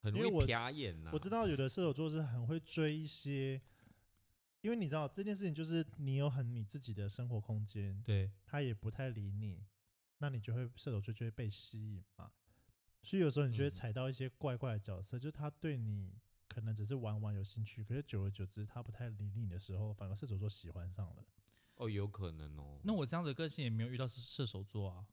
C: 很
B: 因
C: 容
B: 为
C: 易
B: 我
C: 瞟眼呐、
B: 我知，道有的射手座是很会追一些，因为你知道这件事情就是你有很你自己的生活空间，
A: 对，
B: 他也不太理你，那你就会射手座就会被吸引嘛。所以有时候你就会
C: 嗯
B: 踩到一些怪怪的角色，就是他对你可能只是玩玩有兴趣，可是久而久之他不太理你的时候，反而射手座喜欢上了。
C: 哦，有可能哦。
A: 那我这样子的个性也没有遇到射射手座啊。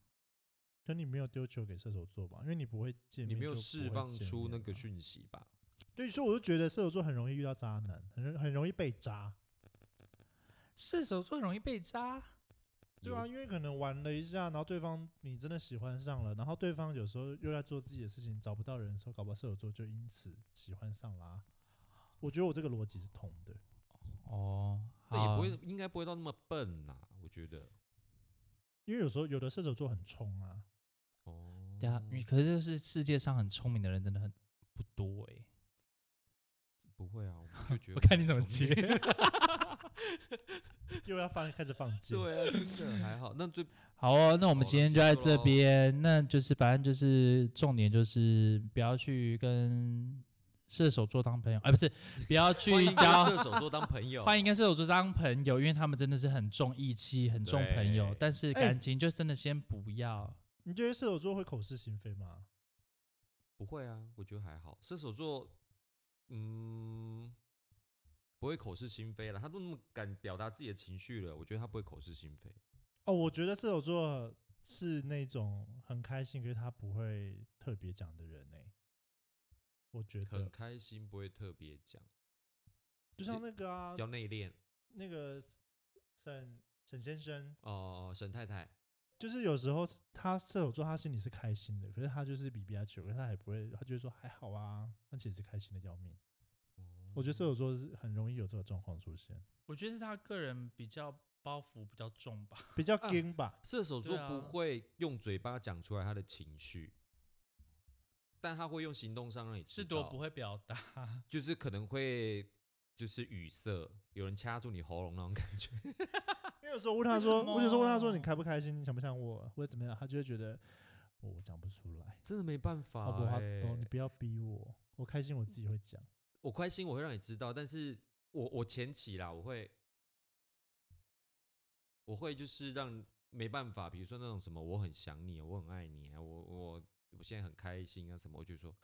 B: 可你没有丢球给射手座吧？因为你不会见
C: 你
B: 面，
C: 没有释放出那个
B: 讯。
C: 讯息吧？
B: 对，所以我就觉得射手座很容易遇到渣男，很容很容易被渣。
A: 射手座容易被渣，
B: 对
C: 有，
B: 啊，因为可能玩了一下，然后对方你真的喜欢上了，然后对方有时候又在做自己的事情，找不到人的时候，搞不好射手座就因此喜欢上啦、我觉得我这个逻辑是通的，
A: 哦，
C: 那也
A: 好
C: 不会，应该不会到那么笨呐、我觉得。
B: 因为有时候有的射手座很冲啊，
C: 哦，
A: 对啊，你可是这是世界上很聪明的人真的很不多诶、
C: 不会啊，我们就觉得
A: 我看你怎么
C: 很聪
A: 接
C: 明。。
B: 又要放开始放箭。
C: 对啊，真的还好。那 最
A: 好哦，那我们
C: 好
A: 今
C: 那
A: 天
C: 就
A: 就在
C: 这
A: 这
C: 咯
A: 边，那就是反正就是重点就是不要去跟射手座当朋友， 哎，不是，不要
C: 欢
A: 去
C: 迎跟
A: 交
C: 射，手座当朋友，
A: 欢迎跟射手座当朋友，因为他们真的是很重义气，很重朋友
C: 对，
A: 但是
B: 哎
A: 感情就真的先不要。
B: 你觉得射手座会口是心非吗？
C: 不会啊，我觉得还好。射手座，嗯，不会口是心非了。他都那么敢表达自己的情绪了，我觉得他不会口是心非。
B: 哦，我觉得射手座是那种很开心，可是他不会特别讲的人呢、欸我觉
A: 啊
C: 很
B: 得
C: 开心，不会特别讲，
B: 就像那个啊
C: 比，较内敛
B: 那个沈沈先生，
C: 哦。沈太太，
B: 就是有时候是他射手座，他心里是开心的，可是他就是比比较球，可是他也不会，他就会说还好啊，但其实是开心的要命。我觉得射手座是很容易有这个状况出现，
A: 我觉得是他个人比较包袱比较重吧。
B: 比较
C: 啊
B: 硬吧。
C: 射手座
A: 对啊
C: 不会用嘴巴讲出来他的情绪，但他会用行动上让你知
A: 是
C: 道
A: 多不，会表达，
C: 就是可能会就是语塞，有人掐住你喉咙那种感觉。
B: 因为有时候问他说，
A: 为什么
B: 我有时候问他说你开不开心，你想不想我，或者怎么样，他就会觉得我讲不出来。
C: 真的没办法、
B: 啊不，他
C: 欸
B: 不，你不要逼我，我开心我自己会讲。
C: 我开心我会让你知道，但是我我前期啦，我会我会就是让没办法，比如说那种什么我很想你，我很爱你啊，我我我现在很开心啊什么，我就说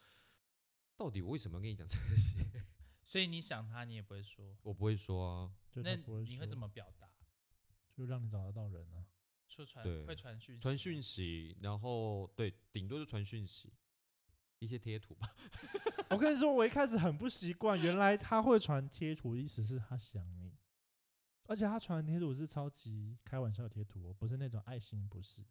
C: 到底我为什么要跟你讲这些？
A: 所以你想他，你也不会说。
C: 我不会说啊，
B: 就
A: 那
B: 他不会
A: 你会
B: 说
A: 怎么表达？
B: 就让你找得到人啊？
A: 说传
C: 对
A: 会传讯息
C: 传
A: 吗
C: 讯息，然后对，顶多就传讯息，一些贴图吧。
B: 我跟你说，我一开始很不习惯，原来他会传贴图，意思是他想你，而且他传的贴图是超级开玩笑的贴图、哦，不是那种爱心，不是，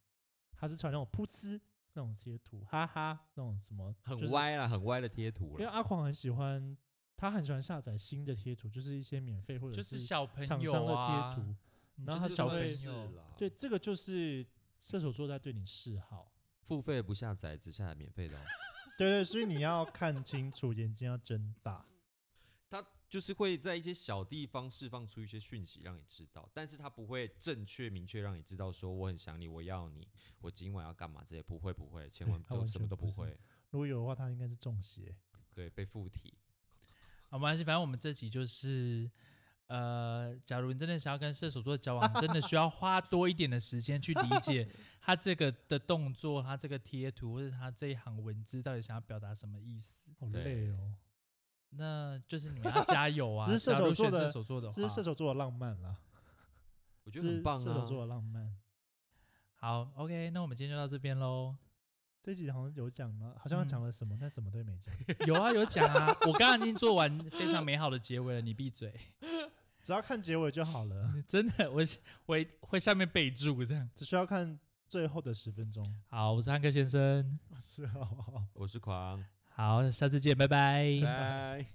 B: 他是传那种噗嗤那种贴图，哈哈那种什么，就
C: 很
B: 是
C: 歪啦，很歪的贴图
B: 因为
C: 啦。
B: 阿狂很喜欢，他很喜欢下载新的贴图，就是一些免费或者
A: 就是
B: 是
A: 小朋
B: 厂
A: 友
B: 商的
A: 啊，
B: 贴图。
A: 你
B: 然后他
A: 就是
B: 小
A: 朋
B: 妹
C: 是
A: 友，
C: 啦，
B: 对，这个就是射手座在对你示好。
C: 付费不下载，只下载免费的、哦。
B: 对对，所以你要看清楚，眼睛要睁大。
C: 他就是会在一些小地方释放出一些讯息让你知道，但是他不会正确明确让你知道说我很想你，我要你，我今晚要干嘛这些，不会不会，千万
B: 他
C: 都
B: 完
C: 什
B: 全
C: 么都
B: 不
C: 不
B: 是
C: 会，
B: 如果有的话，他应该是中邪。
C: 对，被附体。
A: 好，没关系，反正我们这集就是，呃，假如你真的想要跟射手座交往，你真的 需要花多一点的时间去理解他这个的动作，他这个贴图，或者他这一行文字到底想要表达什么意思。
B: 好
C: 对
B: 累哦，
A: 那就是你们要加 油啊！
B: 这是射
A: 假如
B: 手座
A: 选
B: 的
A: 射手座的
B: 这是射
A: 话，
B: 手座的浪漫啦，
C: 我觉
B: 这
C: 得
B: 是
C: 很棒
B: 射手座
C: 啊！
B: 的浪漫。
A: 好，OK，那我们今天就到这边喽。
B: 这集好像有讲了，好
C: 嗯
B: 像讲了什么，但什么都没讲。
A: 有啊，有讲啊，我刚刚已经做完非常美好的结尾了，你闭嘴。
B: 只要看结尾就 好了，
A: 真的，我我会下面备注这样。
B: 只需要看最后的十 分钟。
A: 好，我是汉克先生。
B: 是哦。
C: 我是狂，
A: 好，下次见，拜拜。
C: 拜。